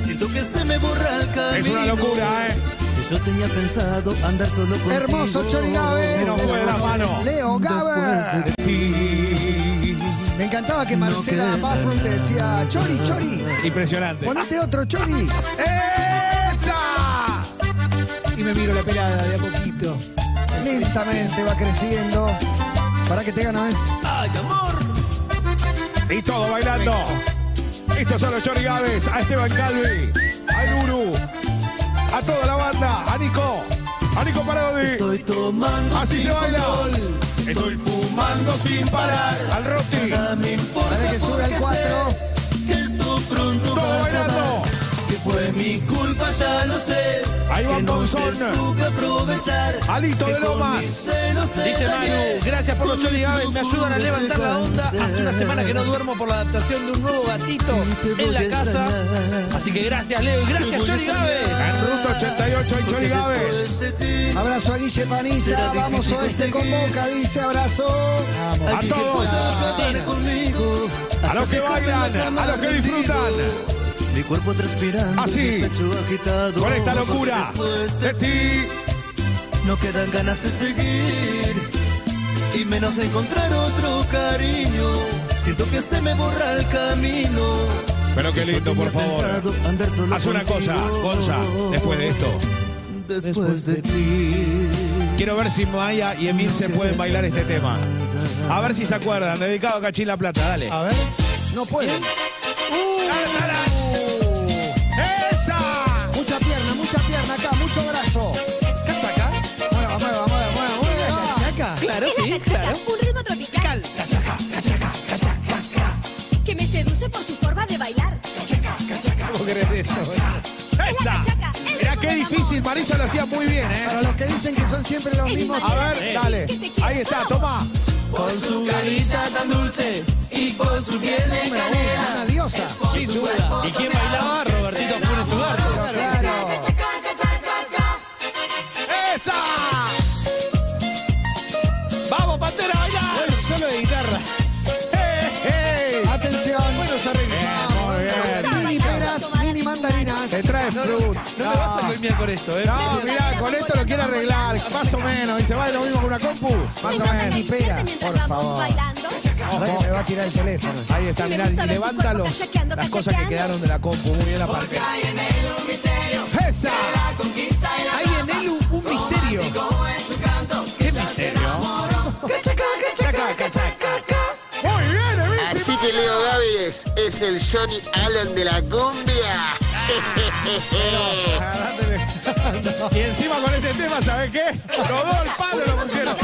D: Siento que se me borra el camino.
E: Es una locura, ¿eh?
D: Que yo tenía pensado andar solo contigo.
B: Hermoso Chori Gávez.
E: Se nos fue la mano.
B: Leo Gaber. Me encantaba que Marcela Bathroom te decía, Chori, Chori,
E: Impresionante.
B: ponete otro Chori.
E: ¡Esa!
O: Y me miro la pelada de a poquito.
B: Lentamente va creciendo. Para que te gana, ¿eh?
D: Ay, amor.
E: Y todo bailando. Estos son los Chori Gaves, a Esteban Calvi, a Luru, a toda la banda, a Nico, a Nico Parodi.
D: Estoy tomando
E: Así
D: sin
E: se baila.
D: control. Estoy fumando sin parar.
E: Al Roti.
D: Nada me importa
B: Dale que sube al
D: porque
B: cuatro.
D: sé Que esto pronto
E: Todo
D: va a
E: bailando.
D: acabar. Que
P: Fue mi culpa, ya lo sé.
E: Ahí va
P: que no
E: Monzón.
P: te supe aprovechar.
E: Alito
P: que
E: de
P: con
E: Lomas.
P: mis celos te
D: Dice
P: dañé.
D: Manu, gracias por los
P: Con mis
D: chorigaves, me ayudan a
P: locura te
D: levantar la onda. Hace una semana que no duermo por la adaptación de un nuevo gatito en la casa. Así que gracias, Leo, y gracias, chorigaves.
E: En Ruta 88 hay Chori Gávez.
B: Abrazo a Guille Paniza, vamos oeste con boca, dice abrazo.
E: A todos. A los que bailan, a los que disfrutan.
P: Mi cuerpo
D: Ah,
P: transpirando.
E: Así,
P: mi pecho agitado.
E: con esta locura
P: Después
E: de ti.
P: No quedan ganas de seguir y menos de encontrar otro cariño. Siento que se me borra el camino.
E: Pero qué lindo, por favor. Haz una cosa, Gonza, después de esto.
P: Después de ti.
E: Quiero ver si Maya y Emil se pueden bailar este tema. A ver si se acuerdan. Dedicado a Cachín La Plata, dale. A ver.
B: No puede. Uh.
E: ¡Esa!
B: Mucha pierna, mucha pierna acá, mucho brazo.
D: ¿Casaca?
B: Mueva, mueva, mueva, mueva, mueva.
D: Claro, sí,
M: Cachaca,
D: claro.
M: Un ritmo tropical. Que me seduce por su forma de bailar.
E: ¿Cómo querés esto? ¡Esa!
M: Cachaca, el
E: Mirá
M: ritmo
E: qué
M: del amor.
E: difícil, Marisa lo hacía muy bien, ¿eh?
B: Para los que dicen que son siempre los mismos.
E: A ver, dale. Ahí está, toma.
P: Con su carita tan dulce y con su piel de
B: Número uno, una
P: canela.
B: diosa.
D: Sin duda. ¿Y quién bailaba? Robertito Funes Ugarto.
B: Claro.
E: ¡Esa!
D: ¡Vamos, Pantera, baila!
O: Buen solo de guitarra.
E: ¡Hey, hey!
B: Atención.
O: Buenos arreglos.
E: Muy bien.
B: Mini peras, mini mandarinas.
E: Te trae fruta.
D: No te vas a colmear con esto, ¿eh?
E: No, mirá, con esto lo quiere arreglar, más o menos. Dice, vale lo mismo que una compu, más o
B: Mini
E: menos.
B: pera,
M: Mientras vamos
B: por favor.
M: bailando.
B: Ahora que me va a tirar el teléfono.
E: Ahí está, mirá, y levanta los- las cosas que quedaron de la compu, muy bien aparte. ¡Esa!
D: Hay en él un, un misterio.
E: ¡Qué misterio! ¡Cachaca, cachaca, cachaca! ¡Muy bien, Emilce!
Q: Así que Leo Gáviles es el Johnny Allen de la cumbia.
E: Y encima con este tema, ¿sabes qué? Los dos al palo lo pusieron.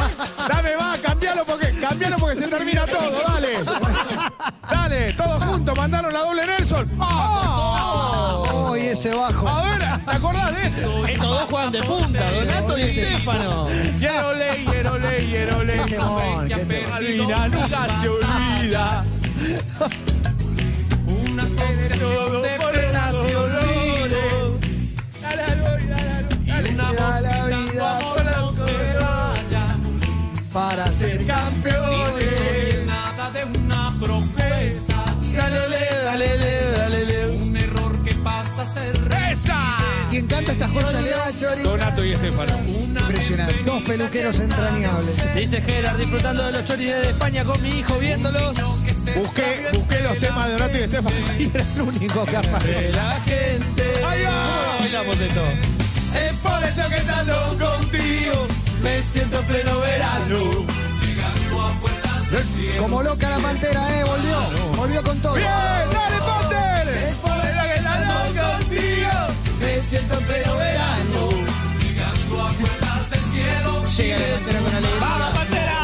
E: Dame va, cambialo porque, cambialo porque se termina todo, dale. Dale, todos juntos, mandaron la doble Nelson. ¡Oh!
B: Oh, y ese bajo.
E: A ver, ¿te acordás de eso?
D: Estos dos juegan de punta, Donato y Estefano.
E: Quiero ley, quiero ley, quiero ley.
B: Qué temón, qué temón.
E: Malvina nunca se olvida.
P: Una
E: Todo por el dolores. Dale, dale, dale, dale.
B: Da la vida
E: Por la autoridad.
B: para ser campeones.
P: nada de una propuesta.
D: Dale, Leo, dale, Leo, dale, Leo.
P: Un error que pasa a ser
E: ¡Esa!
C: Quien canta estas joyas de
E: ¿eh?
O: Donato y Estefano.
C: impresionante.
B: Dos peluqueros entrañables.
D: Dice Gerard, disfrutando de los choris de España con mi hijo, viéndolos.
E: Busqué, busqué los temas de Donato y Estefano y era el único que apareció.
D: La gente.
E: ¡Ahí va!
D: ¿Cómo bailamos de todo?
P: Es por eso que estando contigo me siento en pleno verano.
B: Como loca la pantera, eh, volvió. Volvió con todo.
E: ¡Bien! ¡Dale, Potter!
P: Es por eso que estando contigo me siento en pleno verano.
D: Llega la pantera con alegría. ¡Vamos, pantera!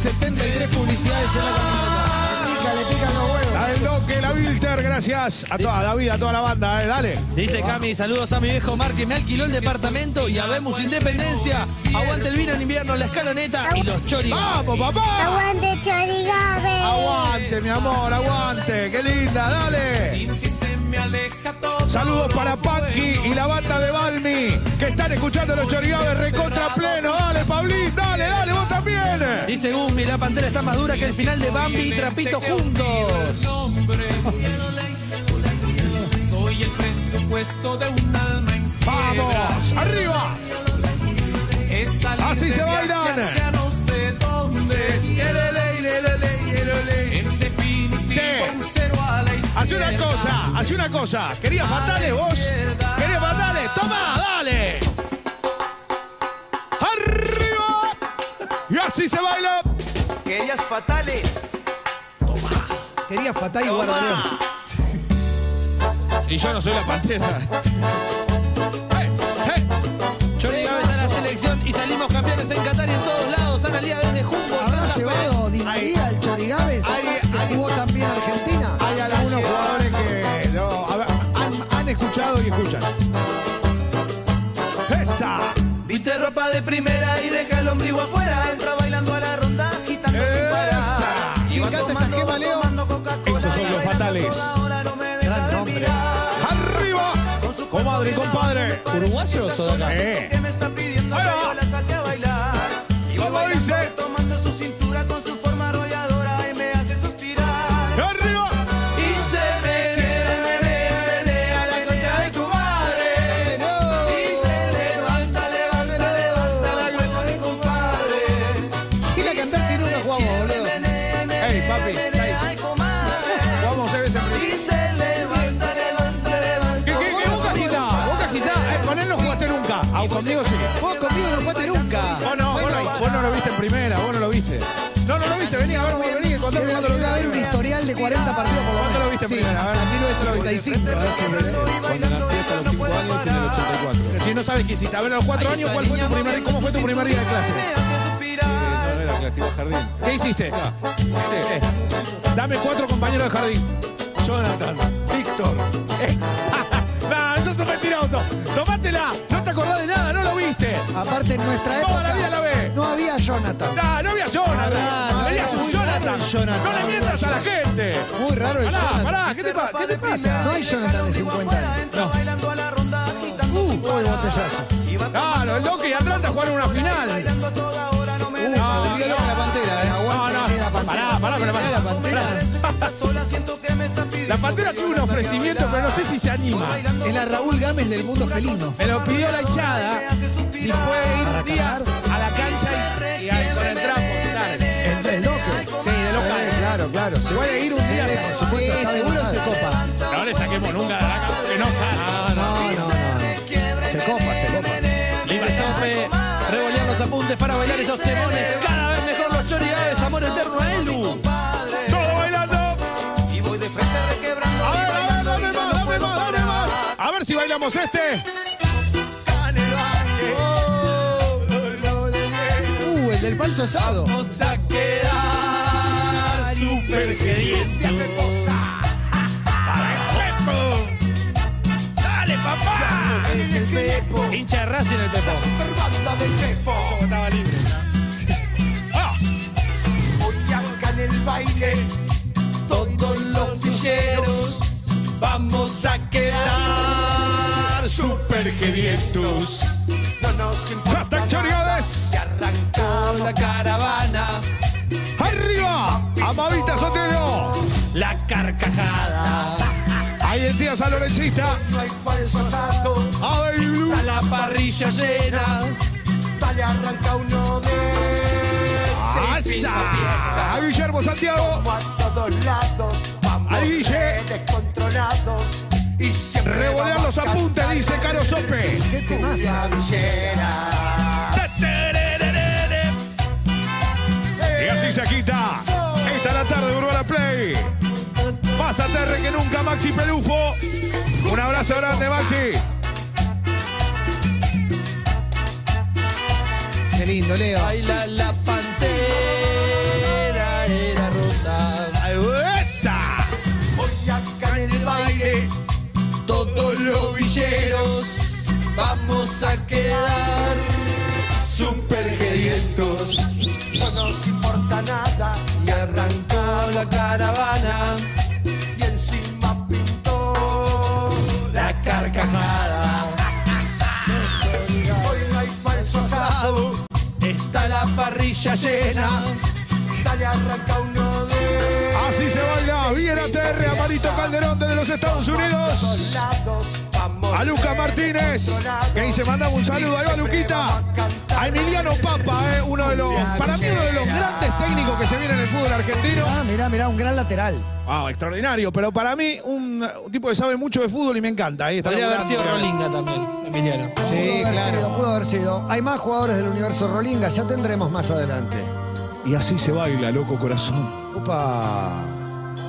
O: 73 publicidades en la camioneta.
B: Le pica, le pican los huevos.
E: La del Doque, la Wilter, gracias a toda David, a toda la banda, eh, dale.
D: Dice Cami, saludos a mi viejo Mar que me alquiló el departamento y habemos independencia. Aguante el vino en invierno, la escaloneta y los choris.
E: ¡Vamos, papá!
M: Aguante, Chorigabe.
E: Aguante, mi amor, aguante. Qué linda, dale. Saludos para Panky y la banda de Balmi, que están escuchando los chorigaves recontra pleno. Dale, Pablín, dale, dale, vos también.
D: Dice Gumbi, la pantera está más dura que el final de Bambi y Trapito juntos.
P: Soy el presupuesto de un alma en
E: Vamos, arriba. Así se bailan.
P: no sé dónde. En definitivo,
E: Che.
P: un cero a la
E: Haz una
P: izquierda.
E: cosa, haz una cosa. ¿Querías fatales vos? ¿Querías fatales? ¡Toma, dale! ¡Arriba! Y así se baila.
P: Querías fatales.
O: Quería Fatay y Guardarón.
E: Y yo no soy la pantera.
D: Chori Gávez a la selección y salimos campeones en Qatar y en todos lados. Analía desde Jumbo,
B: ¿Habrá
D: Santa Fe.
B: llevado Dimaría el Chorigabe? que jugó también Argentina?
E: Hay algunos jugadores que no, a ver, han, han escuchado y
P: de primera y deja el ombligo afuera. Entra bailando a la ronda, agitando sin parar. Y va tomando, tomando Coca-Cola.
E: Estos son los fatales. Gran nombre. ¡Arriba! Comadre y compadre.
D: ¿Uruguayos o de acá?
E: Eh.
P: Que me está pidiendo que yo la saque a bailar. Y va
E: ¿Cómo
P: bailando,
E: dice?
P: tomando su cintura con su forma arrolladora y me hace suspirar.
E: ¡Arriba!
P: Y se menea, menea, menea la concha de tu madre. Y se levanta, levanta, levanta la cuenta mi compadre.
E: Y la cantás sin una jugamos, boludo. Ey, papi, seis. Jugamos seis veces
P: Y
E: primero.
P: se levanta, levanta, levanta.
E: ¿Qué, qué, qué? Boca agitá, boca agitá. Eh, con él no jugaste nunca. Ah, conmigo sí.
O: Vos conmigo no jugaste nunca.
E: Vos no, vos no, vos no lo viste en primera, vos no lo viste. No, no lo viste, vení, a ver, vos vení, contame
B: Debe,
E: cuándo lo
B: debe
E: viste.
B: haber un historial de 40 partidos por lo
E: ¿Cuándo lo
B: menos.
E: viste en
B: Sí.
E: primera? A ver.
O: En 1965.
N: Cuando nací hasta los 5 años y en el 84.
E: Pero Si no sabes qué hiciste, a ver, a los 4 años, ¿cuál fue tu primer, ¿cómo fue tu primer día de clase?
N: No era clase de jardín.
E: ¿Qué hiciste? Eh, Dame cuatro compañeros de jardín. eh.
N: Jonathan, Víctor.
E: No, eso es un mentiroso. Tomátela, no te acordás de nada, no lo viste.
B: Aparte, en nuestra
E: Toda la vida
B: época
E: la ve.
B: no había Jonathan.
E: No, no había Jonathan.
O: no, no,
E: Venías un
O: muy raro
E: Jonathan.
O: el Jonathan.
E: No le mientas a la gente.
O: Muy raro el
E: Pará,
O: Jonathan.
E: pará, ¿qué te, pa- qué te pasa?
B: No hay Jonathan de 50 años.
E: No.
P: Bailando a la ronda, agitando
B: Uh,
P: su
B: uy, botellazo.
E: Claro, el Loki y Atlanta jugaron una final.
P: bailando a toda hora, no me
O: Uh, se volvió loca la pantera, eh.
E: No,
B: Pantera,
E: no,
B: Pantera.
E: pará, pará, pero pará.
O: La pantera.
P: deja sola, siento que me está pidiendo.
E: La Pantera tuvo un ofrecimiento, pero no sé si se anima.
O: Es la Raúl Gámez del mundo felino.
E: Me lo pidió la hinchada si puede ir un día a la cancha y, y a- con el trapo. tal.
B: El, el loque.
E: Sí, de local.
B: Sí, Eh, claro, claro. Se
E: Puede ir un día.
B: por supuesto.
O: Sí,
B: está
O: seguro
B: bien.
O: se copa.
N: No le saquemos nunca de la cama, que no sale.
B: No, no, no. no. Se copa, se copa.
D: Libre sope, revolear los apuntes para bailar estos temones. Cada vez mejor los chorigabes, amor eterno a Elu.
E: Todo bailando.
P: Y voy de frente requebrando. y
E: A ver, a ver,
P: bailando,
E: dame
P: y no
E: más, dame
P: puedo
E: más, dame
P: parar.
E: más. A ver si bailamos este.
O: Uh, el del falso asado.
D: Vamos a quedar super
E: ¡Dale, papá!
B: Es el Pepo.
D: Hincha de Racing el Pepo.
E: Yo estaba libre. Ah,
D: Todos los silleros vamos a quedar super gedientos.
E: Rata Chorigades.
D: Arrancamos la caravana,
E: Arriba. Amavita Sotelo.
D: la carcajada,
E: Ahí el tío San Lorenchista.
D: no hay falso asado,
E: Ay, Blue.
D: a la parrilla llena. Dale, arranca uno de seis
E: ¡Asa! A Guillermo Santiago.
P: a todos lados, vamos
E: Ahí Guille.
P: descontrolados y siempre
E: Revolear los apuntes, dice Caro Sope.
B: ¿Qué temazo?
E: Y así se quita. Esta es la tarde de Urbana Play. Más aterre que nunca, Maxi Pelufo. Un abrazo grande, Maxi.
C: Qué lindo, Leo.
D: Baila la pantera, era rosa.
E: ¡Esa!
D: Hoy acá en el baile, todos los villeros vamos a quedar super gedientos.
P: no nos importa nada
D: Y arrancó la caravana,
P: y encima pintó.
D: la carcajada.
P: Hoy no hay falso asado,
D: Está la parrilla llena,
P: dale arranca uno de
E: Así se baila. Bien aterre a Marito Calderón desde los Estados
P: todos
E: Unidos.
P: lados, vamos
E: A Luca Martínez, que dice, mandamos un saludo. Ahí va Luquita. A Emiliano Papa, eh, uno de los, para mí uno de los grandes técnicos que se viene en el fútbol argentino.
B: Ah, mirá, mirá, un gran lateral.
E: Ah, extraordinario, pero para mí un, un tipo que sabe mucho de fútbol y me encanta. Ahí está
D: podría haber
E: laburando.
D: sido Rolinga también, Emiliano.
B: pudo haber sido, pudo haber sido. Hay más jugadores del universo Rolinga, ya tendremos más adelante.
E: Y así se baila, loco corazón.
B: Opa.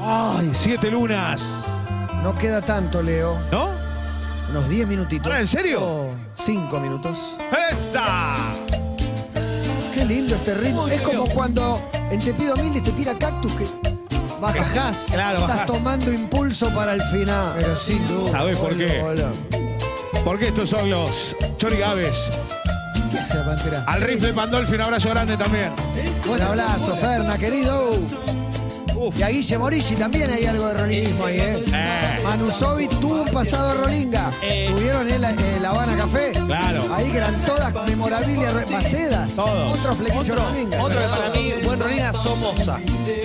E: Ay, siete lunas.
B: No queda tanto, Leo.
E: ¿No?
B: Unos 10 minutitos.
E: ¿Ahora en serio?
B: 5 minutos.
E: ¡Esa!
B: Qué lindo este ritmo. Es como cuando en Te pido mil y te tira cactus que bajas gas.
E: Claro,
B: Estás
E: bajás.
B: tomando impulso para el final.
C: Pero sin duda.
E: ¿Sabés por
B: Hola,
E: qué?
B: hola.
E: Porque estos son los chorigaves
C: ¿Qué hace la pantera?
E: Al rifle Pandolfi, un abrazo grande también.
B: Un abrazo, Ferna, querido. Y a Guille Morici también hay algo de rolingismo ahí, ¿eh?
E: Eh.
B: Manusovic tuvo un pasado rolinga. Tuvieron el, el Habana Café.
D: Eh. Claro.
B: Ahí que eran todas memorabilia, re- macedas.
D: Todos.
B: Otro flequillo
D: Otro,
B: rolinga.
D: otro que para mí, buen rolinga, Somoza.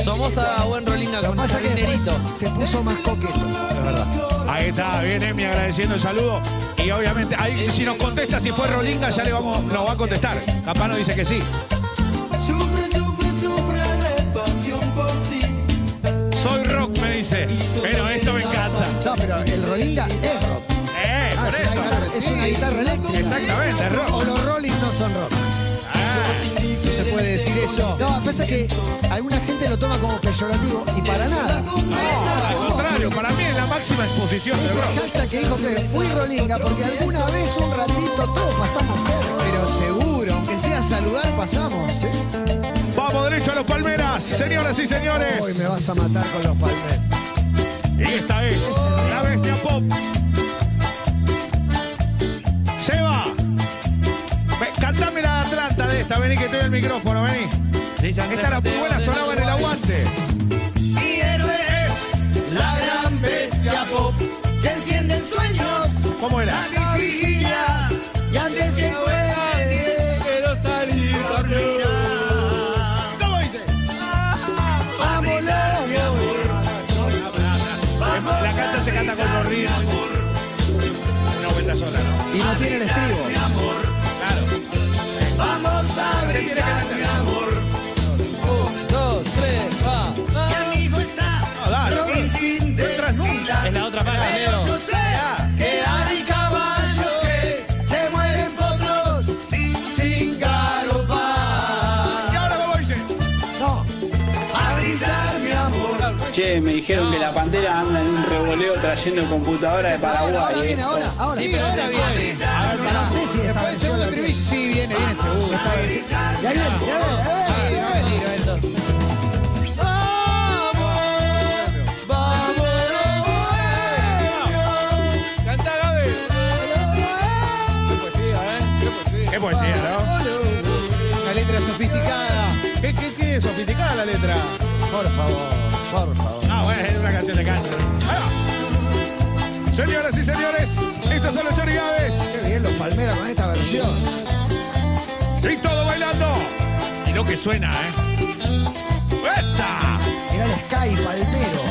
D: Somoza, buen rolinga
B: Lo
D: con
B: que pasa es que después
D: dinerito.
B: se puso más coqueto.
E: Ahí está, bien Emi agradeciendo el saludo. Y obviamente, ahí si nos contesta si fue Rolinga, ya le vamos, nos va a contestar. Capaz nos dice que sí.
P: Sufre, sufre, sufre de pasión por ti.
E: Soy rock, me dice. Pero esto me encanta.
B: No, pero el rolinga es rock.
E: Eh,
B: Ah,
E: por
B: es, una guitarra,
E: eso.
B: es una guitarra eléctrica.
E: Exactamente, es rock.
B: O los rolling no son rock.
C: No se puede decir eso.
B: No, pasa que alguna gente lo toma como peyorativo y para nada.
E: Al contrario, para mí es la máxima exposición de
B: El
E: rock.
B: hashtag que dijo que fui rolinga porque alguna vez un ratito todos pasamos cerca.
C: Pero seguro, aunque sea a saludar, pasamos.
B: ¿sí?
E: Vamos derecho a los palmeras, señoras y
B: Hoy
E: señores.
B: me vas a matar con los palmeras.
E: Y esta es la bestia pop. Seba, ve- cantame la de Atlanta de esta, vení que te doy el micrófono, vení. Esta era muy buena, sonaba en el aguante.
P: Mi héroe es la gran bestia pop que enciende el sueño,
E: ¿Cómo era?
P: la vigilia y antes que duele quiero salir a mirar.
E: ¿Cómo dice?
P: Vámonos, mi amor.
E: La cancha se canta con los ríos. Una vuelta sola, ¿no?
B: Y no tiene el estribo.
P: Vamos a
E: Se tiene que
P: brillar,
E: cantar.
P: mi amor. Un, dos, tres, va. Mi amigo está
E: No, dale.
P: y sin
E: Entras, no.
P: desfilar.
A: Es la otra parte,
P: Pero
A: Leo.
P: yo sé que hay caballos que se mueren potros sin galopar.
E: Y ahora, ¿cómo dice?
B: No,
P: A brillar, mi amor.
R: Che, me dijeron que la pantera anda en un revoleo trayendo computadora de
B: ahora, ahora
R: Paraguay.
B: viene,
R: eh.
B: ahora, ahora.
C: Sí, pero ahora viene. A ver, pará.
B: No sé si esta
C: Después el segundo
B: versión-
C: estribillo. Sí, viene, viene seguro.
B: Ya viene, ya viene, ya viene, ya viene.
P: Vamos, vamos. Canta, Gaby. Qué poesía, ¿eh?
E: Qué poesía, ¿no?
C: Una letra sofisticada.
E: ¿Qué, qué, qué sofisticada la letra?
B: Por favor, por favor.
E: Ah, bueno, es una canción de cancha. Ahí va. Señoras y señores, estos son los Chori Gaves.
B: Qué bien los palmeras con esta versión.
E: Y todo bailando. Y lo que suena, ¿eh? ¡Esa!
B: Mirá el Sky Palmero.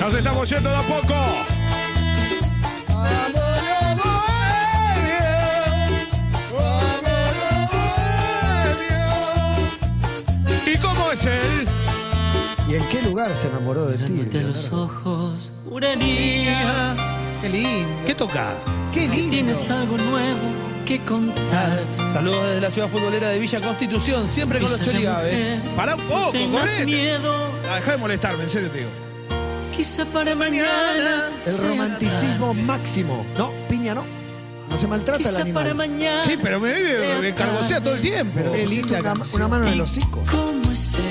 E: Nos estamos yendo de a poco. ¿Y cómo es él?
B: ¿Y en qué lugar se enamoró de ti? Leonardo?
S: ojos, una niña,
C: Qué lindo.
D: ¿Qué toca?
C: Qué lindo.
S: tienes algo nuevo que contar.
D: Saludos desde la ciudad futbolera de Villa Constitución, siempre con los
S: Quizás ya
D: chorigaves.
S: mujer,
E: Pará un poco,
S: Tengas
E: correte.
S: miedo,
E: Ah, dejá de molestarme, en serio te digo.
S: quizá para mañana.
B: El
S: sea
B: romanticismo máximo. No, piña no. No se
S: tarde.
B: maltrata el
S: Quizá para
B: animal.
S: mañana.
E: Sí, pero me, me, me cargocea todo el tiempo.
B: Pero
C: Qué
B: pusiste
C: linda
B: una,
C: canción.
B: una mano en el hocico.
S: ¿Cómo es él?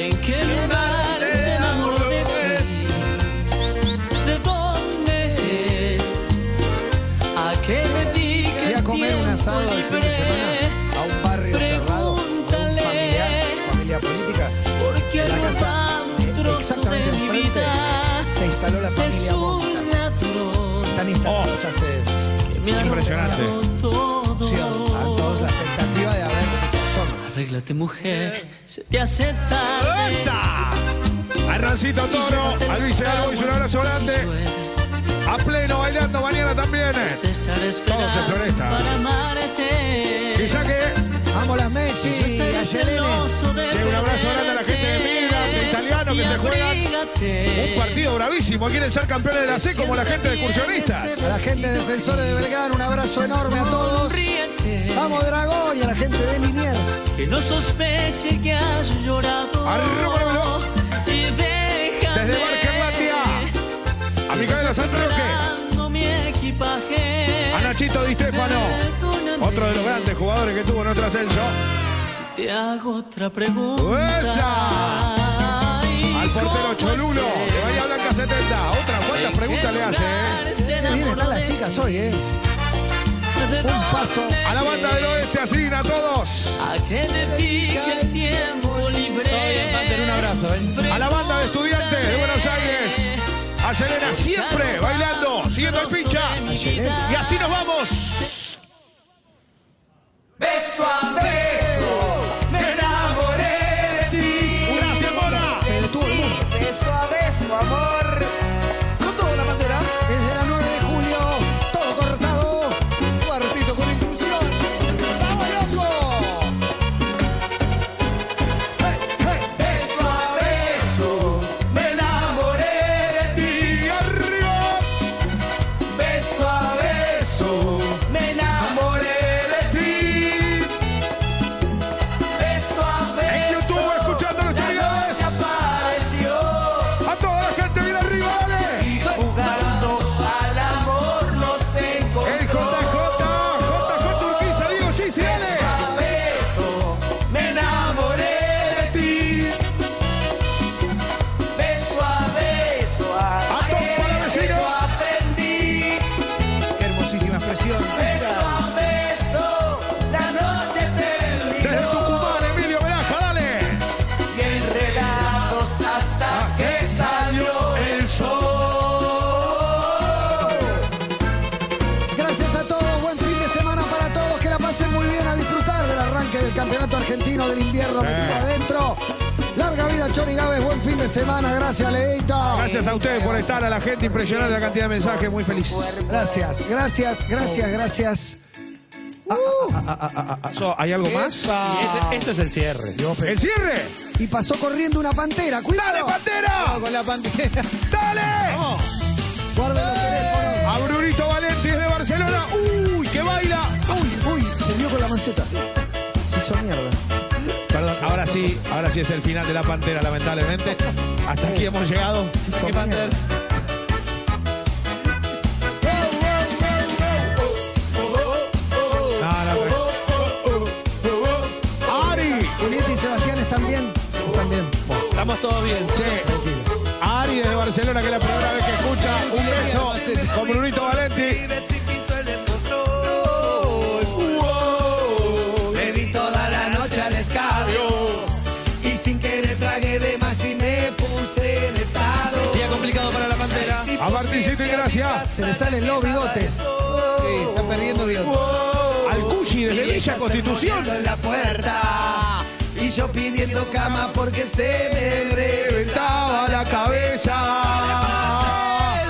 S: ¿En qué lugar se enamoró de ti? ¿De dónde es? ¿A qué dedica
B: Fui a comer un asado el fin de semana a un barrio cerrado con un familiar, familia política.
S: Porque
B: En la
S: algo
B: casa,
S: va un trozo
B: exactamente
S: de mi
B: enfrente,
S: vida.
B: se instaló la
S: Es
B: familia Monta.
S: un ladrón
B: Están eh, instalados hace
S: que me ha
E: Impresionante.
S: robado todo.
B: a todos la expectativa de a ver si se asoma.
S: Arréglate mujer, Eh, se te hace tarde.
E: ¡Esa! A Rancito Toro, a Luis Albois, un abrazo grande. A pleno bailando mañana también. eh. Todos en Floresta.
S: Para amarte.
E: Y ya que,
B: Vamos las Messi,
S: Yo estaré
B: a Selenes.
S: celoso de
E: che, un abrazo grande a la gente de Milan, de Italiano, que
S: y
E: se juegan
S: abrígate.
E: un partido bravísimo. Quieren ser campeones de la C como la gente de excursionistas.
B: A la gente de Defensores de Belgrano, un abrazo enorme a todos.
S: Sonríete.
B: Vamos Dragón y a la gente de Liniers.
S: Que no sospeche que has llorado.
E: Arróbalo.
S: Y déjame.
E: Desde Barquerlatia, a Micaela San Roque,
S: llevando mi equipaje.
E: a Nachito Di Stefano,
S: Perdóname
E: otro de los grandes jugadores que tuvo en otro ascenso.
S: si Te hago otra pregunta.
E: ¡Esa!
S: Ay,
E: Al portero
S: ¿cómo
E: Cholulo,
S: es
E: de Bahía Blanca 70. Otra,
S: ¿En
E: ¿cuántas
S: qué
E: preguntas le hace, eh?
S: lugar se
B: Qué bien
S: enamoró
B: están las
S: de
B: chicas hoy, ¿eh?
S: ¿De
B: Un paso
E: a la banda del oeste, así a todos.
D: Panther, un abrazo, ven.
E: A la banda de estudiantes de Buenos Aires. A Selena siempre bailando, siguiendo el pincha. Y así nos vamos.
P: Beso a beso, me enamoré de ti.
E: Gracias, Mona.
B: Se detuvo el mundo.
P: Beso a beso, amor.
O: Con toda la bandera.
B: Desde la 9 de julio, todo cortado.
O: Cuartito con inclusión.
P: ¡Vamos, loco! Beso a beso, me enamoré de ti.
E: arriba!
P: Beso a beso, me enamoré de ti. Beso a beso.
E: En YouTube, escuchando los
P: la
E: chorigabes.
P: noche apareció.
E: A toda la gente, bien arriba, dale.
P: Jugando al amor nos
E: El JJ,
P: encontró.
E: JJ Urquiza, Diego Gisi, dale.
P: Beso a beso, me enamoré de ti. Beso a beso,
E: A
P: a
E: todos para
P: quererte
E: vecinos.
P: yo aprendí.
C: Qué hermosísima expresión.
P: Beso a beso, la noche
E: Desde
P: terminó.
E: Tucumán, Emilio Veraja, dale.
P: Y enredados hasta que salió el sol.
B: Gracias a todos, buen fin de semana para todos, que la pasen muy bien a disfrutar del arranque del campeonato argentino del invierno
E: Sí.
B: metido adentro. Larga vida, Chori Gávez, buen fin de semana, gracias, Leito.
E: Gracias a ustedes por estar, a la gente impresionante la cantidad de mensajes, muy feliz.
B: Gracias, gracias, gracias, gracias.
E: Eso, ¿Hay algo más?
D: Este- esto es el cierre.
E: ¡El cierre!
B: Y pasó corriendo una pantera,
E: ¡Dale,
B: cuidado.
E: Pantera!
C: Con la pantera.
E: ¡Dale!
B: Guarden los teléfonos.
E: A Brunito Valenti de Barcelona. ¡Uy, que baila!
B: Uy, uy, se vio con la maceta. Se hizo mierda.
E: Perdón, ahora sí, ahora sí es el final de la pantera, lamentablemente. Hasta aquí hemos llegado.
B: Se hizo
E: ¿Qué
B: mierda.
E: Panther? No, no, pero- Ari,
B: Julieta y Sebastián están bien. Están bien.
D: Estamos todos bien.
E: che, Ari desde Barcelona, que es la primera vez que escucha. Un beso con Brunito Valenti.
P: Si pinto el descontrol. Bebí toda la noche al escabio. Y sin querer tragué de más y me puse en estado.
D: Día complicado para la pantera.
E: A Martincito y gracias.
B: Se le salen los bigotes.
C: Sí, están perdiendo bien.
E: Al Cushi desde Villa Constitución.
P: En la puerta. Y yo pidiendo cama porque se me
E: Reventaba la cabeza.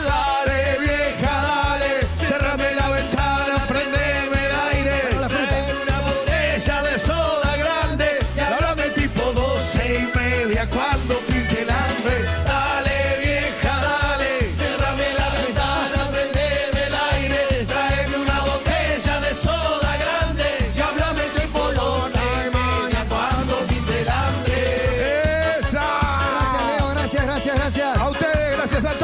E: Dale, vieja, dale. Cerrame la ventana, prendeme el aire. Traeme una botella de soda grande. Y háblame tipo 12 y media cuando pinte el hambre. Dale, vieja, dale.
P: Cerrame la ventana, prendeme el aire, tráeme una botella de soda grande y háblame estoy por los semanas cuando pinte el hambre.
B: Gracias,
E: ¡Esa!
B: Leo, gracias, gracias, gracias.
E: A ustedes, gracias a
B: Buen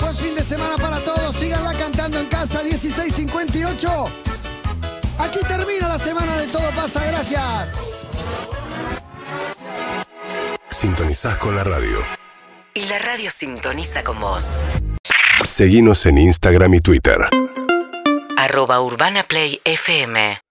E: todos.
B: fin de semana para todos. Síganla cantando en casa 1658. Aquí termina la semana de Todo pasa. Gracias.
T: Sintonizás con la radio.
U: Y la radio sintoniza con vos.
T: Seguinos en Instagram y Twitter.
U: Arroba Urbana Play FM